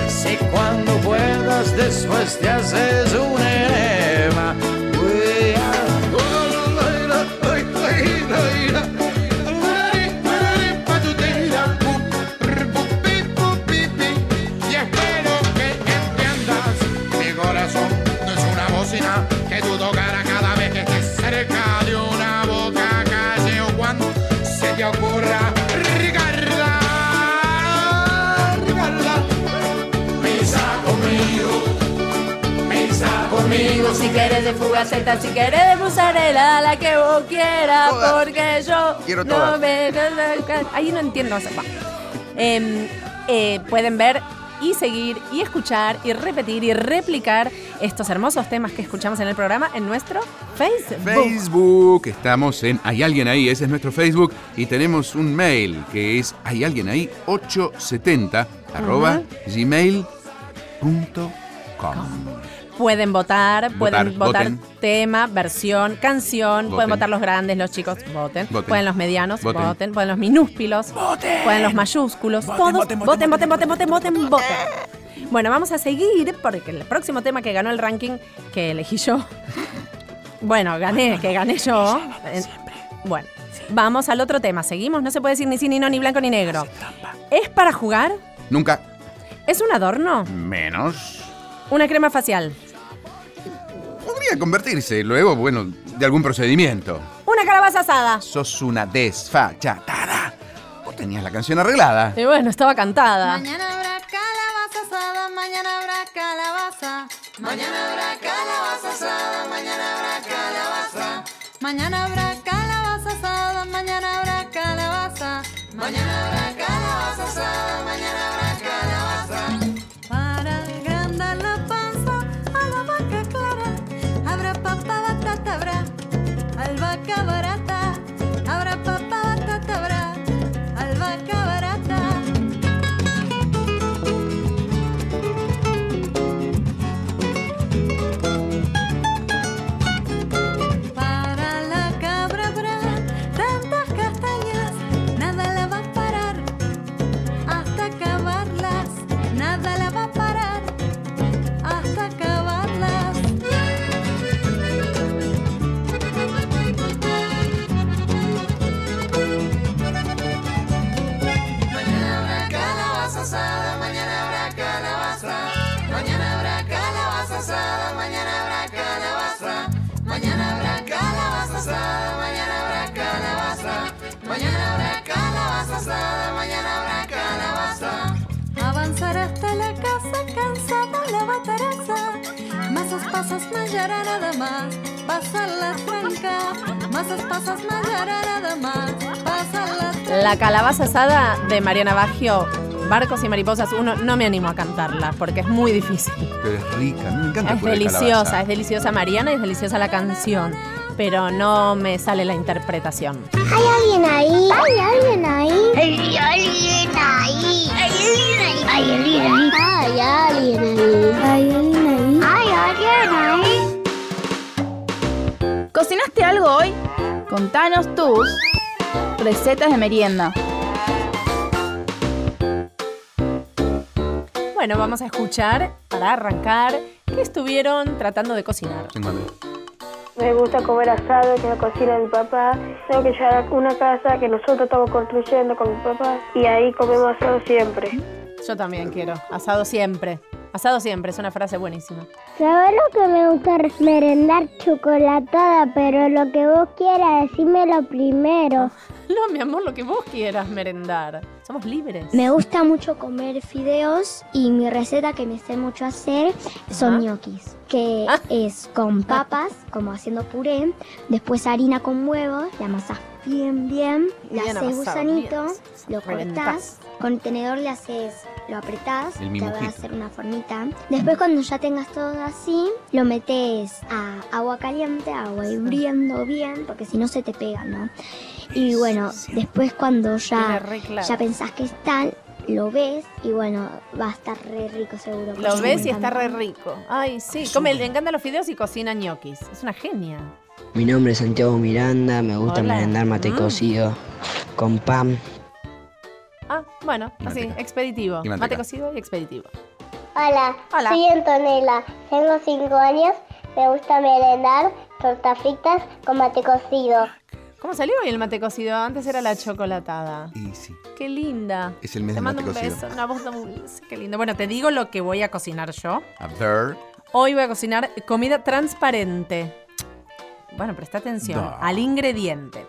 Speaker 14: Si cuando puedas después te haces un enema. Y espero que entiendas mi corazón no es una bocina que tú tocarás cada vez que estés cerca de una boca, calle o cuando se te ocurra. Ricarda, Ricarda, pisa conmigo, pisa
Speaker 6: Conmigo, si quieres de fugaceta, si quieres de mozzarella, la que vos quieras, porque yo
Speaker 2: Quiero
Speaker 6: no
Speaker 2: todas.
Speaker 6: me...
Speaker 2: Ahí no entiendo. o sea, va. Em, eh, pueden ver y seguir y escuchar y repetir y replicar estos hermosos temas que escuchamos en el programa en nuestro Facebook.
Speaker 3: Facebook, estamos en Hay alguien ahí, ese es nuestro Facebook y tenemos un mail que es hay alguien ahí 870 arroba gmail.com.
Speaker 2: Pueden votar, pueden
Speaker 3: Votar,
Speaker 2: votar
Speaker 3: voten.
Speaker 2: tema, versión, canción, pueden
Speaker 3: Voten.
Speaker 2: votar los grandes, los chicos, voten,
Speaker 3: Voten.
Speaker 2: pueden los medianos, voten,
Speaker 3: Voten.
Speaker 2: pueden los minúsculos, pueden los mayúsculos, todos, voten, voten, voten, voten, voten, voten, Bueno, vamos a seguir porque el próximo tema que ganó el ranking que elegí yo, [LAUGHS] bueno, gané, que gané yo. Eh, Bueno, vamos al otro tema, seguimos, no se puede decir ni sí, ni no, ni blanco, ni negro. ¿Es para jugar?
Speaker 3: Nunca
Speaker 2: ¿Es un adorno?
Speaker 3: menos.
Speaker 2: ¿Una crema facial?
Speaker 3: Podría convertirse luego, bueno, de algún procedimiento.
Speaker 2: ¿Una calabaza asada?
Speaker 3: Sos una desfachatada. Vos tenías la canción arreglada.
Speaker 2: Y bueno, estaba cantada.
Speaker 15: Mañana habrá calabaza asada, mañana habrá calabaza. Mañana habrá calabaza asada, mañana habrá calabaza. Mañana habrá calabaza asada, mañana habrá calabaza. Mañana habrá calabaza asada, mañana habrá calabaza. Para agrandar la panza a la vaca clara, habrá papa batata, habrá albahaca barata. Habrá papa batata, habrá albahaca barata. Para la cabra habrá tantas castañas, nada la va a parar hasta acabarlas, nada la va a parar hasta acabarlas. Mañana habrá calabaza asada, mañana habrá calabaza, mañana habrá calabaza asada, mañana habrá calabaza. Mañana habrá calabaza asada, mañana habrá calabaza. Mañana habrá calabaza asada, mañana habrá calabaza. danzar hasta la casa, cansada la bataraza. Masas, pasas, mayara nada más, pasar las trancas. Masas, pasas, mayara nada más, pasar las
Speaker 2: La calabaza asada de Mariana Baggio, Barcos y Mariposas 1, no me animo a cantarla porque es muy difícil.
Speaker 3: Pero es rica, a mí me encanta el
Speaker 2: Es
Speaker 3: puré de
Speaker 2: deliciosa,
Speaker 3: calabaza.
Speaker 2: es deliciosa Mariana y es deliciosa la canción, pero no me sale la interpretación.
Speaker 5: ¿Hay alguien ahí? ¿Hay alguien ahí? ¿Hay alguien ahí? ¿Hay alguien ahí? ¿Hay alguien ahí? ¿Hay alguien ahí? ¿Hay alguien ahí?
Speaker 6: ¿Cocinaste algo hoy? Contanos tus recetas de merienda.
Speaker 2: Bueno, vamos a escuchar para arrancar qué estuvieron tratando de cocinar.
Speaker 3: Tengo hambre.
Speaker 1: Me gusta comer asado que lo cocina mi papá. Tengo que llegar a una casa que nosotros estamos construyendo con mi papá y ahí comemos asado siempre.
Speaker 2: Yo también quiero, asado siempre. Asado siempre, es una frase buenísima. [LAUGHS]
Speaker 5: ¿Sabes lo que me gusta merendar chocolatada? Pero lo que vos quieras, decímelo primero.
Speaker 2: No, mi amor, lo que vos quieras merendar. Somos libres.
Speaker 16: Me gusta mucho comer fideos y mi receta que me sé mucho hacer son ñoquis, que es con papas, como haciendo puré, después harina con huevos, la amasás bien, bien, le
Speaker 5: Bien
Speaker 16: haces
Speaker 5: amasado, bien
Speaker 16: gusanito, lo
Speaker 5: Reventás.
Speaker 16: cortás, con el tenedor le haces, lo apretás,
Speaker 5: El
Speaker 16: te va a
Speaker 5: mimujito.
Speaker 16: hacer una formita. Después cuando ya tengas todo así, lo metes a agua caliente, agua hirviendo bien, porque si no se te pega, ¿no? Y bueno, después cuando
Speaker 2: Tiene
Speaker 16: ya,
Speaker 2: re claro.
Speaker 16: ya pensás que está, lo ves y bueno, va a estar re rico seguro.
Speaker 2: Lo ves
Speaker 16: Sí, me
Speaker 2: y está
Speaker 16: encanta.
Speaker 2: re rico. Ay, sí, come, le encantan los fideos y cocina ñoquis. Es una genia.
Speaker 12: Mi nombre es Santiago Miranda, me gusta
Speaker 2: Hola.
Speaker 12: merendar mate
Speaker 2: Mm.
Speaker 12: cocido con pan.
Speaker 2: Ah, bueno, así, expeditivo.
Speaker 12: Y
Speaker 2: Mate
Speaker 12: manteca.
Speaker 2: cocido y expeditivo.
Speaker 5: Hola, soy Antonella, tengo 5 años, me gusta merendar tortas fritas con mate cocido.
Speaker 2: ¿Cómo salió hoy el mate cocido? Antes era la chocolatada.
Speaker 3: Y sí,
Speaker 2: Qué linda.
Speaker 3: Es el mes
Speaker 2: Te
Speaker 3: del
Speaker 2: mando un
Speaker 3: mate cocido.
Speaker 2: beso, una voz dulce. Qué lindo. Bueno, te digo lo que voy a cocinar yo.
Speaker 3: a ver.
Speaker 2: Hoy voy a cocinar comida transparente. Bueno, presta atención
Speaker 3: Da.
Speaker 2: al ingrediente.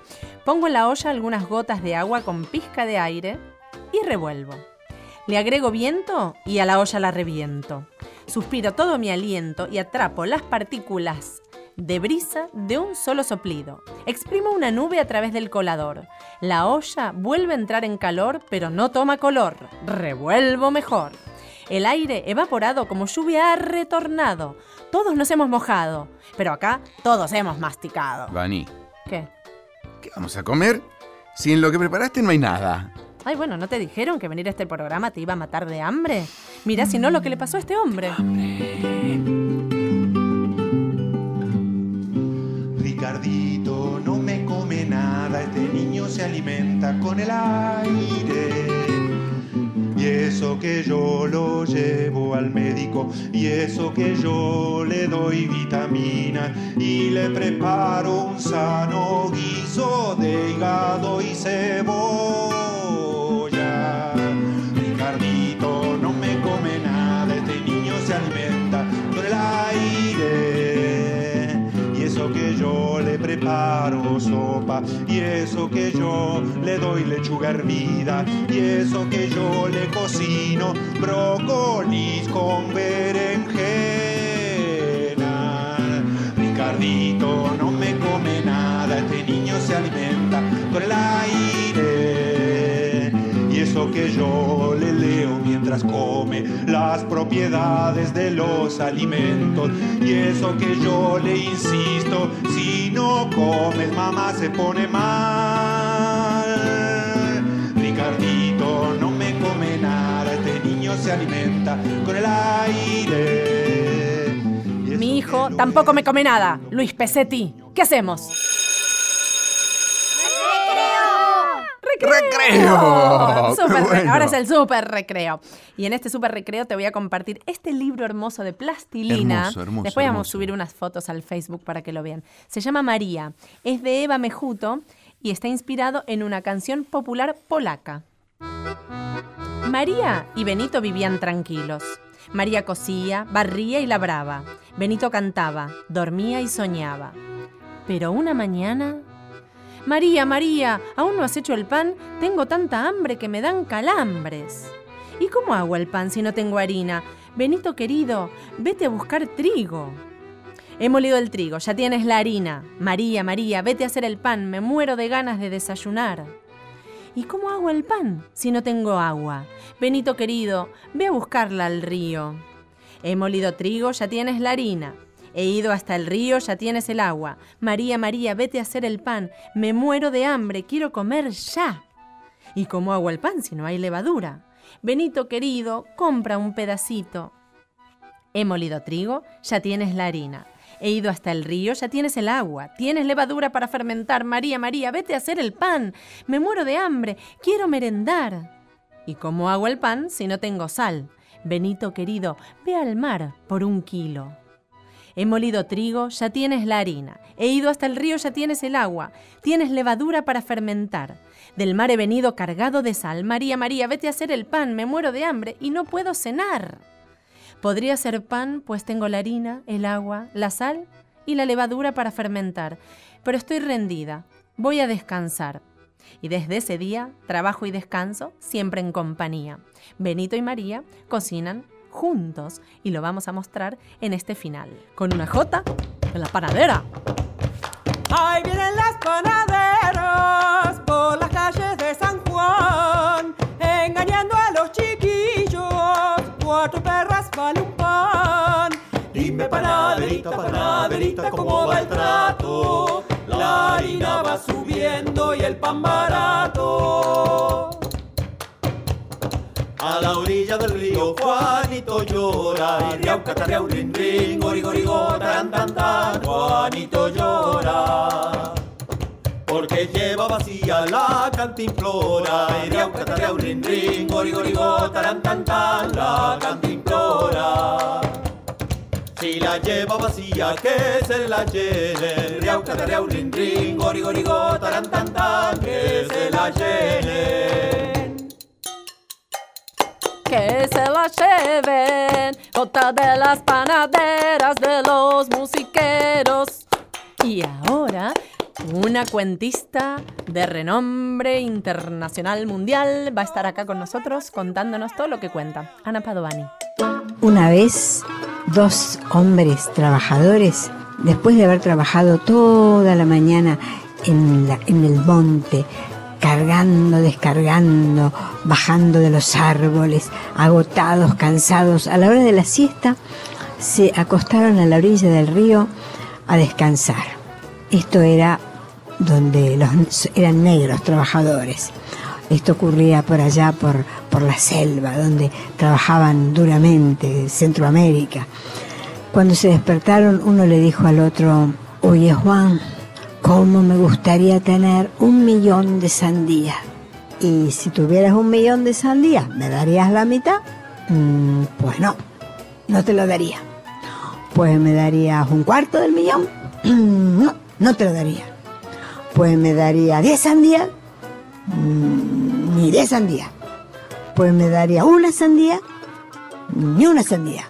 Speaker 2: Pongo en la olla algunas gotas de agua con pizca de aire y revuelvo. Le agrego viento y a la olla la reviento. Suspiro todo mi aliento y atrapo las partículas de brisa de un solo soplido. Exprimo una nube a través del colador. La olla vuelve a entrar en calor, pero no toma color. Revuelvo mejor. El aire evaporado como lluvia ha retornado. Todos nos hemos mojado, pero acá todos hemos masticado.
Speaker 3: Vani,
Speaker 2: ¿Qué?
Speaker 3: ¿qué vamos a comer? Si en lo que preparaste no hay nada.
Speaker 2: Ay, bueno, ¿no te dijeron que venir a este programa te iba a matar de hambre? Mirá si no lo que le pasó a este hombre.
Speaker 17: Ricardito no me come nada, este niño se alimenta con el aire. Y eso que yo lo llevo al médico, y eso que yo le doy vitamina, y le preparo un sano guiso de hígado y cebolla. Ricardito no me come nada, este niño se alimenta con el aire. Y eso que yo le preparo sopa, y eso que yo le doy lechuga hervida, y eso que yo le cocino brócolis con berenjena. Ricardito no me come nada, este niño se alimenta con el aire. Y eso que yo le leo mientras come las propiedades de los alimentos. Y eso que yo le insisto, si no comes mamá se pone mal. Ricardito no me come nada, este niño se alimenta con el aire.
Speaker 2: Mi hijo tampoco me come nada. Luis Pesetti, ¿qué hacemos?
Speaker 3: ¡Recreo!
Speaker 2: Súper
Speaker 3: ¡Qué
Speaker 2: re-
Speaker 3: bueno!
Speaker 2: Ahora es el super recreo. Y en este super recreo te voy a compartir este libro hermoso de plastilina.
Speaker 3: Hermoso, hermoso,
Speaker 2: Después vamos a
Speaker 3: hermoso.
Speaker 2: subir unas fotos al Facebook para que lo vean. Se llama María. Es de Eva Mejuto y está inspirado en una canción popular polaca. María y Benito vivían tranquilos. María cosía, barría y labraba. Benito cantaba, dormía y soñaba. Pero una mañana... María, María, ¿aún no has hecho el pan? Tengo tanta hambre que me dan calambres. ¿Y cómo hago el pan si no tengo harina? Benito querido, vete a buscar trigo. He molido el trigo, ya tienes la harina. María, María, vete a hacer el pan, me muero de ganas de desayunar. ¿Y cómo hago el pan si no tengo agua? Benito querido, ve a buscarla al río. He molido trigo, ya tienes la harina. He ido hasta el río, ya tienes el agua. María, María, vete a hacer el pan. Me muero de hambre, quiero comer ya. ¿Y cómo hago el pan si no hay levadura? Benito querido, compra un pedacito. He molido trigo, ya tienes la harina. He ido hasta el río, ya tienes el agua. Tienes levadura para fermentar. María, María, vete a hacer el pan. Me muero de hambre, quiero merendar. ¿Y cómo hago el pan si no tengo sal? Benito querido, ve al mar por un kilo. He molido trigo, ya tienes la harina. He ido hasta el río, ya tienes el agua. Tienes levadura para fermentar. Del mar he venido cargado de sal. María, María, vete a hacer el pan, me muero de hambre y no puedo cenar. Podría ser pan, pues tengo la harina, el agua, la sal y la levadura para fermentar. Pero estoy rendida. Voy a descansar. Y desde ese día, trabajo y descanso siempre en compañía. Benito y María cocinan juntos y lo vamos a mostrar en este final. Con una J en la panadera.
Speaker 4: Ahí vienen las panaderas por las calles de San Juan, engañando a los chiquillos. Cuatro perras vale un pan. Dime panaderita, panaderita, cómo va el trato. La harina va subiendo y el pan barato.
Speaker 13: A la orilla del río Juanito llora, y riau, catarriau, rin, rin, gori, gori, go, taran, tan, tan, Juanito llora. Porque lleva vacía la cantimplora, y riau, catarriau, rin, rin, gori, gori, go, taran, tan, tan, la cantimplora. Si la lleva vacía, que se la llene, riau, catarriau, rin, rin, gori, gori, go, taran, tan, tan, que se la llene.
Speaker 2: Que se la lleven, jota de las panaderas de los musiqueros. Y ahora, una cuentista de renombre internacional mundial va a estar acá con nosotros contándonos todo lo que cuenta. Ana Padovani.
Speaker 18: Una vez, dos hombres trabajadores, después de haber trabajado toda la mañana en, la- en el monte, cargando, descargando, bajando de los árboles, agotados, cansados, a la hora de la siesta, se acostaron a la orilla del río a descansar. Esto era donde los, eran negros trabajadores. Esto ocurría por allá, por, por la selva, donde trabajaban duramente, en Centroamérica. Cuando se despertaron, uno le dijo al otro, oye Juan, ¿cómo me gustaría tener un millón de sandías? Y si tuvieras un millón de sandías, ¿me darías la mitad? Mm, pues no, no te lo daría. Pues me darías un cuarto del millón. [CLEARS THROAT] Mm, No, no te lo daría. Pues me daría 10 sandías. Mm, Ni 10 sandías. Pues me daría una sandía. Ni una sandía.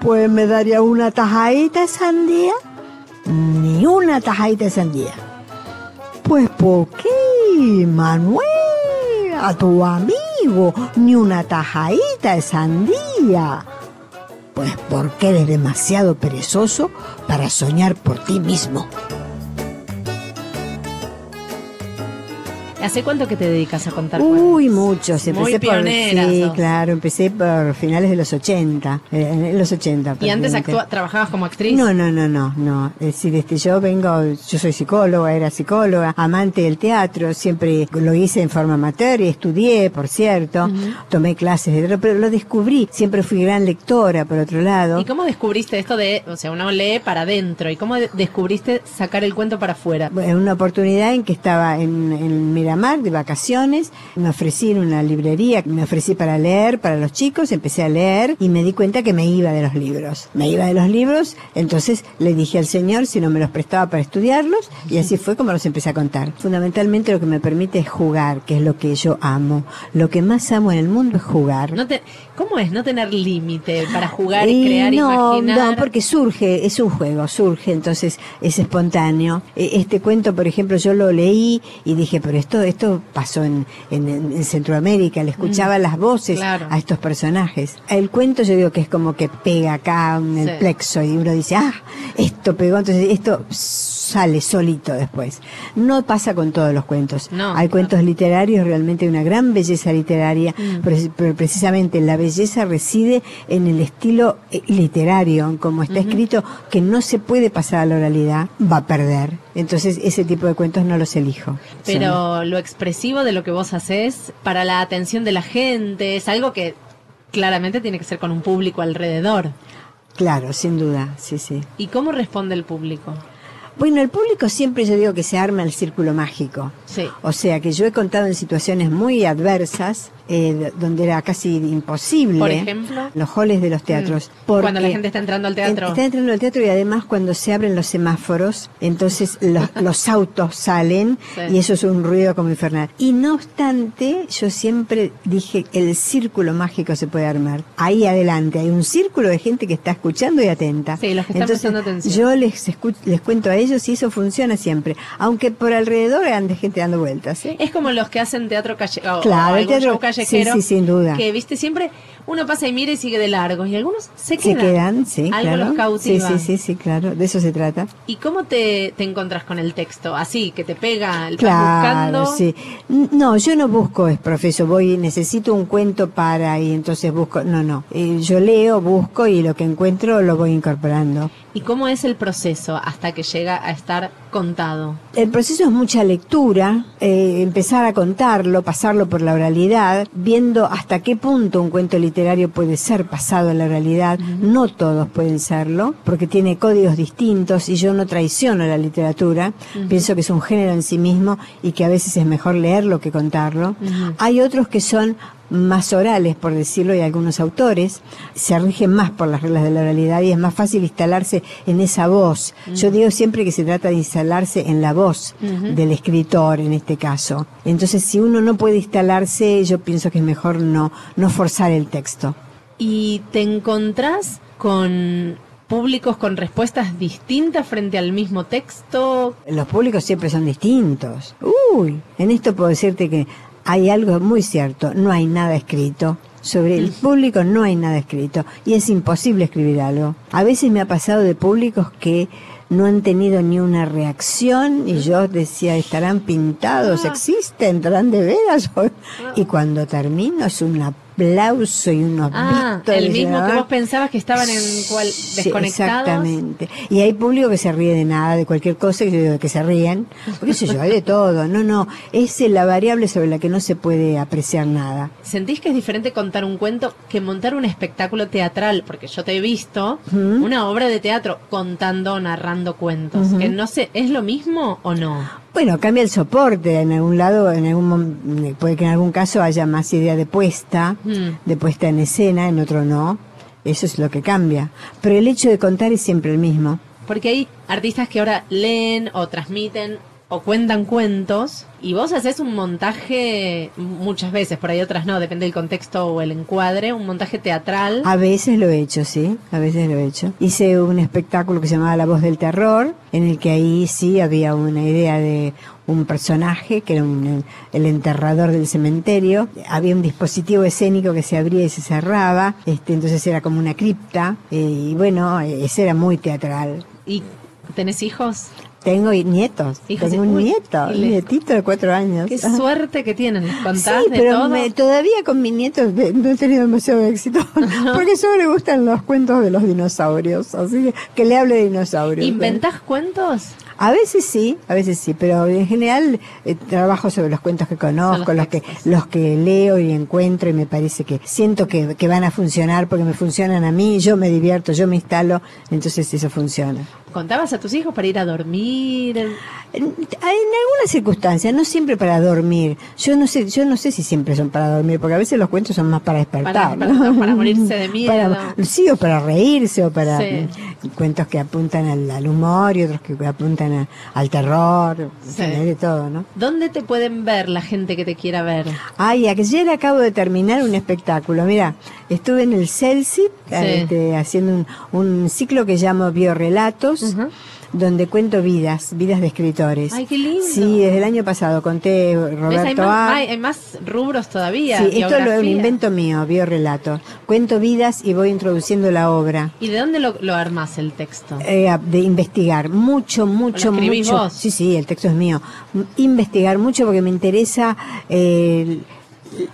Speaker 18: Pues me daría una tajadita de sandía. Ni una tajadita de sandía. Pues ¿por qué, Manuel? A tu amigo, ni una tajadita de sandía. Pues porque eres demasiado perezoso para soñar por ti mismo.
Speaker 2: ¿Hace cuánto que te dedicas a contar cuentos?
Speaker 18: Uy, muchos.
Speaker 2: Muy
Speaker 18: Empecé por,
Speaker 2: pionera
Speaker 18: sí,
Speaker 2: sos.
Speaker 18: claro, empecé por finales de los 80. eh, en los 80.
Speaker 2: ¿Y antes
Speaker 18: prácticamente.
Speaker 2: actua- trabajabas como actriz?
Speaker 18: No, no, no, no, no. Es decir, este, yo vengo, yo soy psicóloga, era psicóloga, amante del teatro, siempre lo hice en forma amateur y estudié, por cierto, tomé clases de teatro, pero lo descubrí. Siempre fui gran lectora, por otro lado.
Speaker 2: ¿Y cómo descubriste esto de, o sea, uno lee para adentro? ¿Y cómo de- descubriste sacar el cuento para afuera?
Speaker 18: En una oportunidad en que estaba en, en Miramar de vacaciones, me ofrecí en una librería, me ofrecí para leer para los chicos, empecé a leer y me di cuenta que me iba de los libros. Me iba de los libros, entonces le dije al señor si no me los prestaba para estudiarlos y así fue como los empecé a contar. Fundamentalmente lo que me permite es jugar, que es lo que yo amo. Lo que más amo en el mundo es jugar.
Speaker 2: No te- ¿Cómo es no tener límite para jugar
Speaker 18: Y
Speaker 2: y crear,
Speaker 18: no,
Speaker 2: imaginar?
Speaker 18: No, porque surge, es un juego, surge, entonces es espontáneo. E- Este cuento, por ejemplo, yo lo leí y dije, pero esto esto pasó en, en- en Centroamérica, le escuchaba
Speaker 2: Mm,
Speaker 18: las voces
Speaker 2: claro.
Speaker 18: a estos personajes. El cuento yo digo que es como que pega acá en el
Speaker 2: Sí.
Speaker 18: plexo y uno dice, ah, esto pegó, entonces esto sale solito después. No pasa con todos los cuentos.
Speaker 2: No,
Speaker 18: Hay cuentos literarios, realmente una gran belleza literaria,
Speaker 2: Mm.
Speaker 18: pero, pero precisamente la belleza reside en el estilo eh, literario, como está escrito, que no se puede pasar a la oralidad, va a perder. Entonces ese tipo de cuentos no los elijo.
Speaker 2: Pero lo expresivo de lo que vos haces para la atención de la gente es algo que claramente tiene que ser con un público alrededor.
Speaker 18: Claro, sin duda, sí, sí.
Speaker 2: ¿Y cómo responde el público?
Speaker 18: Bueno, el público siempre yo digo que se arma el círculo mágico.
Speaker 2: Sí.
Speaker 18: O sea que yo he contado en situaciones muy adversas, eh, d- donde era casi imposible.
Speaker 2: Por ejemplo. mm,
Speaker 18: Los holes de los teatros. porque
Speaker 2: Cuando la gente está entrando al teatro.
Speaker 18: en- Está entrando al teatro y además cuando se abren los semáforos, entonces
Speaker 2: [LAUGHS]
Speaker 18: los, los autos salen
Speaker 2: Sí.
Speaker 18: y eso es un ruido como infernal. Y no obstante, yo siempre dije, el círculo mágico se puede armar. Ahí adelante hay un círculo de gente que está escuchando y atenta.
Speaker 2: Sí, los que están
Speaker 18: Entonces,
Speaker 2: prestando atención.
Speaker 18: Yo les, escu- les cuento a ellos y eso funciona siempre, aunque por alrededor ande gente dando vueltas. ¿eh?
Speaker 2: Es como los que hacen teatro callejero.
Speaker 18: Claro, el teatro-
Speaker 2: callejero.
Speaker 18: sí, sí, sin duda.
Speaker 2: Que viste siempre, uno pasa y mira y sigue de largo. Y algunos se
Speaker 18: Se
Speaker 2: quedan.
Speaker 18: quedan, sí,
Speaker 2: Algo
Speaker 18: claro.
Speaker 2: los cautiva.
Speaker 18: Sí, sí, sí, sí, claro, de eso se trata.
Speaker 2: ¿Y cómo te, te encontrás con el texto? Así, que te pega, el
Speaker 18: Claro,
Speaker 2: buscando.
Speaker 18: sí. N- No, yo no busco, es profeso, voy, necesito un cuento para y entonces busco. No, no. Eh, yo leo, busco y lo que encuentro lo voy incorporando.
Speaker 2: ¿Y cómo es el proceso hasta que llega a estar contado?
Speaker 18: El proceso es mucha lectura, eh, empezar a contarlo, pasarlo por la oralidad, viendo hasta qué punto un cuento literario puede ser pasado a la oralidad. No todos pueden serlo, porque tiene códigos distintos y yo no traiciono la literatura.
Speaker 2: Ujú.
Speaker 18: Pienso que es un género en sí mismo y que a veces es mejor leerlo que contarlo.
Speaker 11: Mm.
Speaker 2: Ujú.
Speaker 18: Hay otros que son más orales, por decirlo, y algunos autores se rigen más por las reglas de la oralidad y es más fácil instalarse en esa voz. Yo digo siempre que se trata de instalarse en la voz
Speaker 2: Ujú.
Speaker 18: del escritor, en este caso. Entonces, si uno no puede instalarse, yo pienso que es mejor no, no forzar el texto.
Speaker 2: ¿Y te encontrás con públicos con respuestas distintas frente al mismo texto?
Speaker 18: Los públicos siempre son distintos. Uy, en esto puedo decirte que hay algo muy cierto, no hay nada escrito. Sobre el público no hay nada escrito y es imposible escribir algo. A veces me ha pasado de públicos que no han tenido ni una reacción y yo decía, ¿estarán
Speaker 2: Ah.
Speaker 18: pintados? ¿Existen? ¿Estarán de veras? [LAUGHS] Y cuando termino es un aplauso y unos
Speaker 2: Ah,
Speaker 18: gritos
Speaker 2: el
Speaker 18: de
Speaker 2: mismo que
Speaker 18: llorar.
Speaker 2: vos pensabas que estaban en cual
Speaker 18: ¿eh? Sí,
Speaker 2: desconectados.
Speaker 18: Exactamente. Y hay público que se ríe de nada, de cualquier cosa, que, yo digo que se ríen. Porque eso yo, hay de todo. No, no. Es eh, la variable sobre la que no se puede apreciar nada.
Speaker 2: ¿Sentís que es diferente contar un cuento que montar un espectáculo teatral? Porque yo te he visto
Speaker 18: Ujú.
Speaker 2: una obra de teatro contando, narrando cuentos.
Speaker 18: Ujú.
Speaker 2: Que no sé, ¿es lo mismo o no?
Speaker 18: Bueno, cambia el soporte. En algún lado, en algún mom- eh, puede que en algún caso haya más idea de puesta,
Speaker 2: Mm.
Speaker 18: de puesta en escena, en otro no. Eso es lo que cambia. Pero el hecho de contar es siempre el mismo.
Speaker 2: Porque hay artistas que ahora leen o transmiten o cuentan cuentos y vos haces un montaje muchas veces, por ahí otras no, depende del contexto o el encuadre, un montaje teatral.
Speaker 18: A veces lo he hecho, sí, a veces lo he hecho. Hice un espectáculo que se llamaba La Voz del Terror, en el que ahí sí había una idea de un personaje que era un- el enterrador del cementerio. Había un dispositivo escénico que se abría y se cerraba, este, entonces era como una cripta. eh, y bueno, eh, ese era muy teatral.
Speaker 2: ¿Y tenés hijos?
Speaker 18: Tengo y- nietos,
Speaker 2: Hijos,
Speaker 18: tengo un
Speaker 2: uy,
Speaker 18: nieto,
Speaker 2: y
Speaker 18: un
Speaker 2: les-
Speaker 18: nietito de cuatro años.
Speaker 2: Qué suerte que tienen, les contás
Speaker 18: Sí,
Speaker 2: de
Speaker 18: pero
Speaker 2: todo.
Speaker 18: me- todavía con mi nieto de- no he tenido demasiado
Speaker 2: [LAUGHS]
Speaker 18: éxito, porque solo le gustan los cuentos de los dinosaurios, así que que le hable de dinosaurios.
Speaker 2: ¿Inventás cuentos?
Speaker 18: A veces sí, a veces sí, pero en general eh, trabajo sobre los cuentos que conozco, los, que los que leo y encuentro y me parece que siento que, que van a funcionar porque me funcionan a mí, yo me divierto, yo me instalo, entonces eso funciona.
Speaker 2: ¿Contabas a tus hijos para ir a dormir?
Speaker 18: En algunas circunstancias, no siempre para dormir. Yo no sé, yo no sé si siempre son para dormir, porque a veces los cuentos son más para despertar, ¿no?
Speaker 2: despertar, para morirse de miedo.
Speaker 18: Para- sí, o para reírse, o para
Speaker 2: Sí.
Speaker 18: mm, cuentos que apuntan al, al humor y otros que apuntan a- al terror,
Speaker 2: Sí.
Speaker 18: hay de todo, ¿no?
Speaker 2: ¿Dónde te pueden ver la gente que te quiera ver?
Speaker 18: Ay, ayer acabo de terminar un espectáculo. Mira, estuve en el eh, Celsit
Speaker 2: Sí.
Speaker 18: este, haciendo un, un ciclo que llamo Biorrelatos. donde cuento vidas, vidas de escritores.
Speaker 2: Ay, qué lindo.
Speaker 18: Sí, desde el año pasado conté
Speaker 2: ¿Ves? Hay,
Speaker 18: Roberto
Speaker 2: más,
Speaker 18: A.
Speaker 2: hay- hay más rubros todavía.
Speaker 18: Sí, esto lo es un
Speaker 2: biografía.
Speaker 18: invento mío, biorrelato. Cuento vidas y voy introduciendo la obra.
Speaker 2: ¿Y de dónde lo, lo armas el texto?
Speaker 18: Eh, a- de investigar mucho, mucho,
Speaker 2: ¿Lo escribís
Speaker 18: mucho.
Speaker 2: vos?
Speaker 18: Sí, sí, el texto es mío. M- Investigar mucho porque me interesa eh,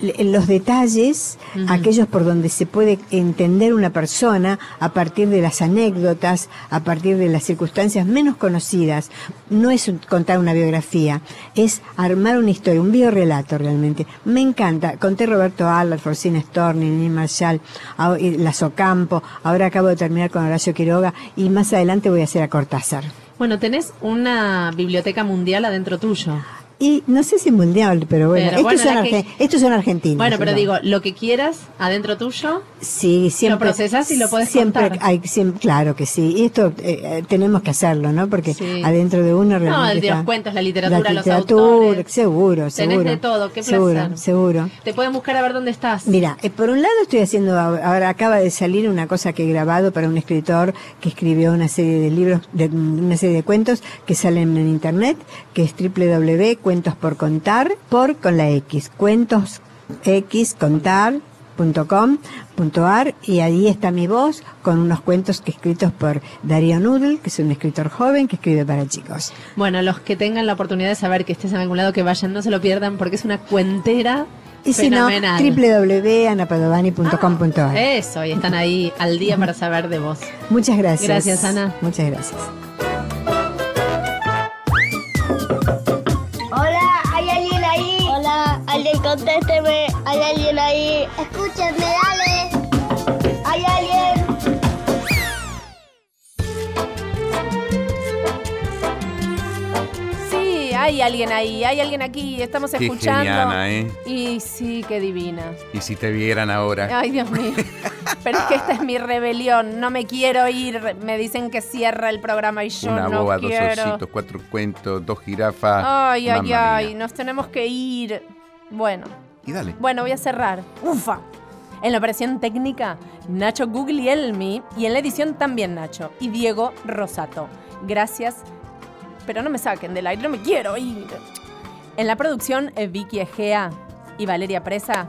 Speaker 18: l- l- los detalles,
Speaker 2: Ujú.
Speaker 18: aquellos por donde se puede entender una persona a partir de las anécdotas, a partir de las circunstancias menos conocidas. No es un- contar una biografía, es armar una historia, un biorrelato realmente. Me encanta. Conté Roberto Alba, Forcina Storni, Neil Marshall, ah, y Las Ocampo. Ahora acabo de terminar con Horacio Quiroga y más adelante voy a hacer a Cortázar.
Speaker 2: Bueno, tenés una biblioteca mundial adentro tuyo.
Speaker 18: Y no sé si mundial, pero bueno,
Speaker 2: Pero
Speaker 18: estos,
Speaker 2: bueno,
Speaker 18: son
Speaker 2: la que-
Speaker 18: arge- estos son argentinos.
Speaker 2: Bueno, pero
Speaker 18: ¿no?
Speaker 2: digo, lo que quieras adentro tuyo.
Speaker 18: Sí, siempre.
Speaker 2: procesás y lo podés
Speaker 18: siempre
Speaker 2: contar.
Speaker 18: hay- siempre- claro que sí. Y esto eh, eh, tenemos que hacerlo, ¿no? Porque
Speaker 2: Sí.
Speaker 18: adentro de uno realmente.
Speaker 2: No, el de los
Speaker 18: está
Speaker 2: cuentos, la literatura,
Speaker 18: la
Speaker 2: los
Speaker 18: literatura,
Speaker 2: autores.
Speaker 18: Seguro,
Speaker 2: Tenés
Speaker 18: seguro.
Speaker 2: de todo, qué
Speaker 18: Seguro,
Speaker 2: placer.
Speaker 18: seguro.
Speaker 2: Te pueden buscar a ver dónde estás.
Speaker 18: Mira, eh, por un lado estoy haciendo, ahora ahora acaba de salir una cosa que he grabado para un escritor que escribió una serie de libros, de, mm, una serie de cuentos que salen en internet, que es www.cuentos por contar, por con la X, cuentos x contar punto com, punto ar, y ahí está mi voz con unos cuentos que escritos por Darío Nudel, que es un escritor joven que escribe para chicos.
Speaker 2: Bueno, los que tengan la oportunidad de saber que estés en algún lado, que vayan, no se lo pierdan porque es una cuentera
Speaker 18: Y si no,
Speaker 2: fenomenal. Eh,
Speaker 18: www.anapadovani.com.ar.
Speaker 2: Eso, y están ahí al día para saber de vos.
Speaker 18: Muchas gracias.
Speaker 2: Gracias, Ana.
Speaker 18: Muchas gracias.
Speaker 5: Hola, ¿hay alguien ahí? Hola, alguien contésteme. ¿Hay alguien ahí? Escúchenme, dale. ¿Hay alguien?
Speaker 2: Sí, hay alguien ahí, hay alguien aquí, estamos
Speaker 3: Qué
Speaker 2: escuchando.
Speaker 3: genial, Ana, ¿eh?
Speaker 2: Y sí, qué divina.
Speaker 3: Y si te vieran ahora.
Speaker 2: Ay, Dios mío. Pero es que esta es mi rebelión, no me quiero ir. Me dicen que cierra el programa y yo
Speaker 3: Una
Speaker 2: no
Speaker 3: boba, dos
Speaker 2: quiero.
Speaker 3: ositos, cuatro cuentos, dos jirafas.
Speaker 2: Ay, ay,
Speaker 3: Ah, Mamma
Speaker 2: ay,
Speaker 3: mia.
Speaker 2: nos tenemos que ir. Bueno,
Speaker 3: Y dale.
Speaker 2: bueno, voy a cerrar. Ufa. En la operación técnica, Nacho Guglielmi y en la edición también Nacho y Diego Rosato. Gracias, pero no me saquen del aire, no me quiero ir. En la producción, eh, Vicky Egea y Valeria Presa,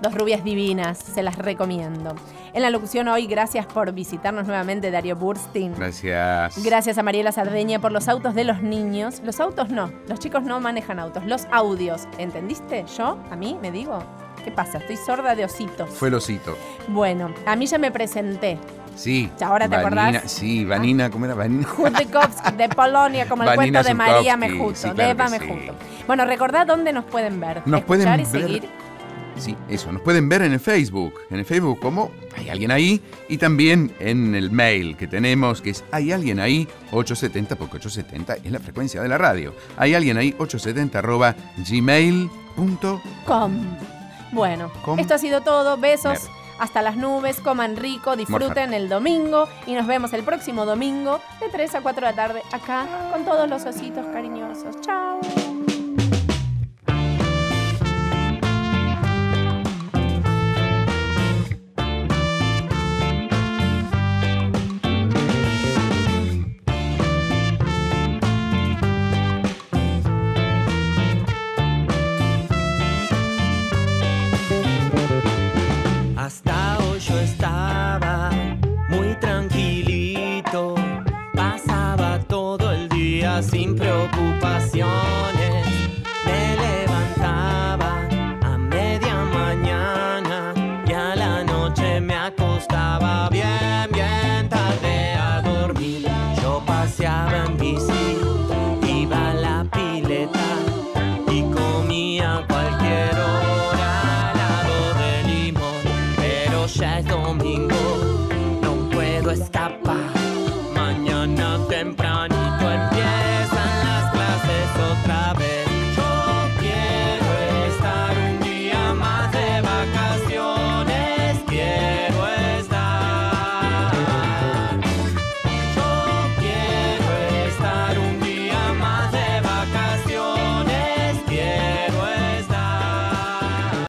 Speaker 2: dos rubias divinas, se las recomiendo. En la locución hoy, gracias por visitarnos nuevamente, Darío Burstein.
Speaker 3: Gracias.
Speaker 2: Gracias a Mariela Sardeña por los autos de los niños. Los autos no, los chicos no manejan autos, los audios. ¿Entendiste? Yo, a mí, me digo. ¿Qué pasa? Estoy sorda de ositos.
Speaker 3: Fue el osito.
Speaker 2: Bueno, a mí ya me presenté.
Speaker 3: Sí.
Speaker 2: ¿Ahora te
Speaker 3: Vanina-
Speaker 2: acordás?
Speaker 3: Sí, Vanina, ¿cómo era? Vanina.
Speaker 2: Kutnikovsky, de Polonia, como el
Speaker 3: Vanina
Speaker 2: cuento de María
Speaker 3: Zutkowski,
Speaker 2: Mejuto.
Speaker 3: sí, claro
Speaker 2: de Eva
Speaker 3: que sí.
Speaker 2: Mejuto. Bueno, recordad dónde nos pueden ver.
Speaker 3: Nos pueden
Speaker 2: escuchar y
Speaker 3: ver-
Speaker 2: seguir.
Speaker 3: Sí, eso. Nos pueden ver en el Facebook. En el Facebook como Hay alguien ahí. Y también en el mail que tenemos que es Hay alguien ahí 870 porque 870 es la frecuencia de la radio. Hay alguien ahí 870 arroba gmail.com.
Speaker 2: Com. Bueno,
Speaker 3: Com.
Speaker 2: esto ha sido todo. Besos.
Speaker 3: Mer.
Speaker 2: Hasta las nubes, coman rico, disfruten
Speaker 3: Morfar.
Speaker 2: el domingo y nos vemos el próximo domingo de 3 a 4 de la tarde acá con todos los ositos cariñosos. Chao.
Speaker 19: Hasta hoy yo estaba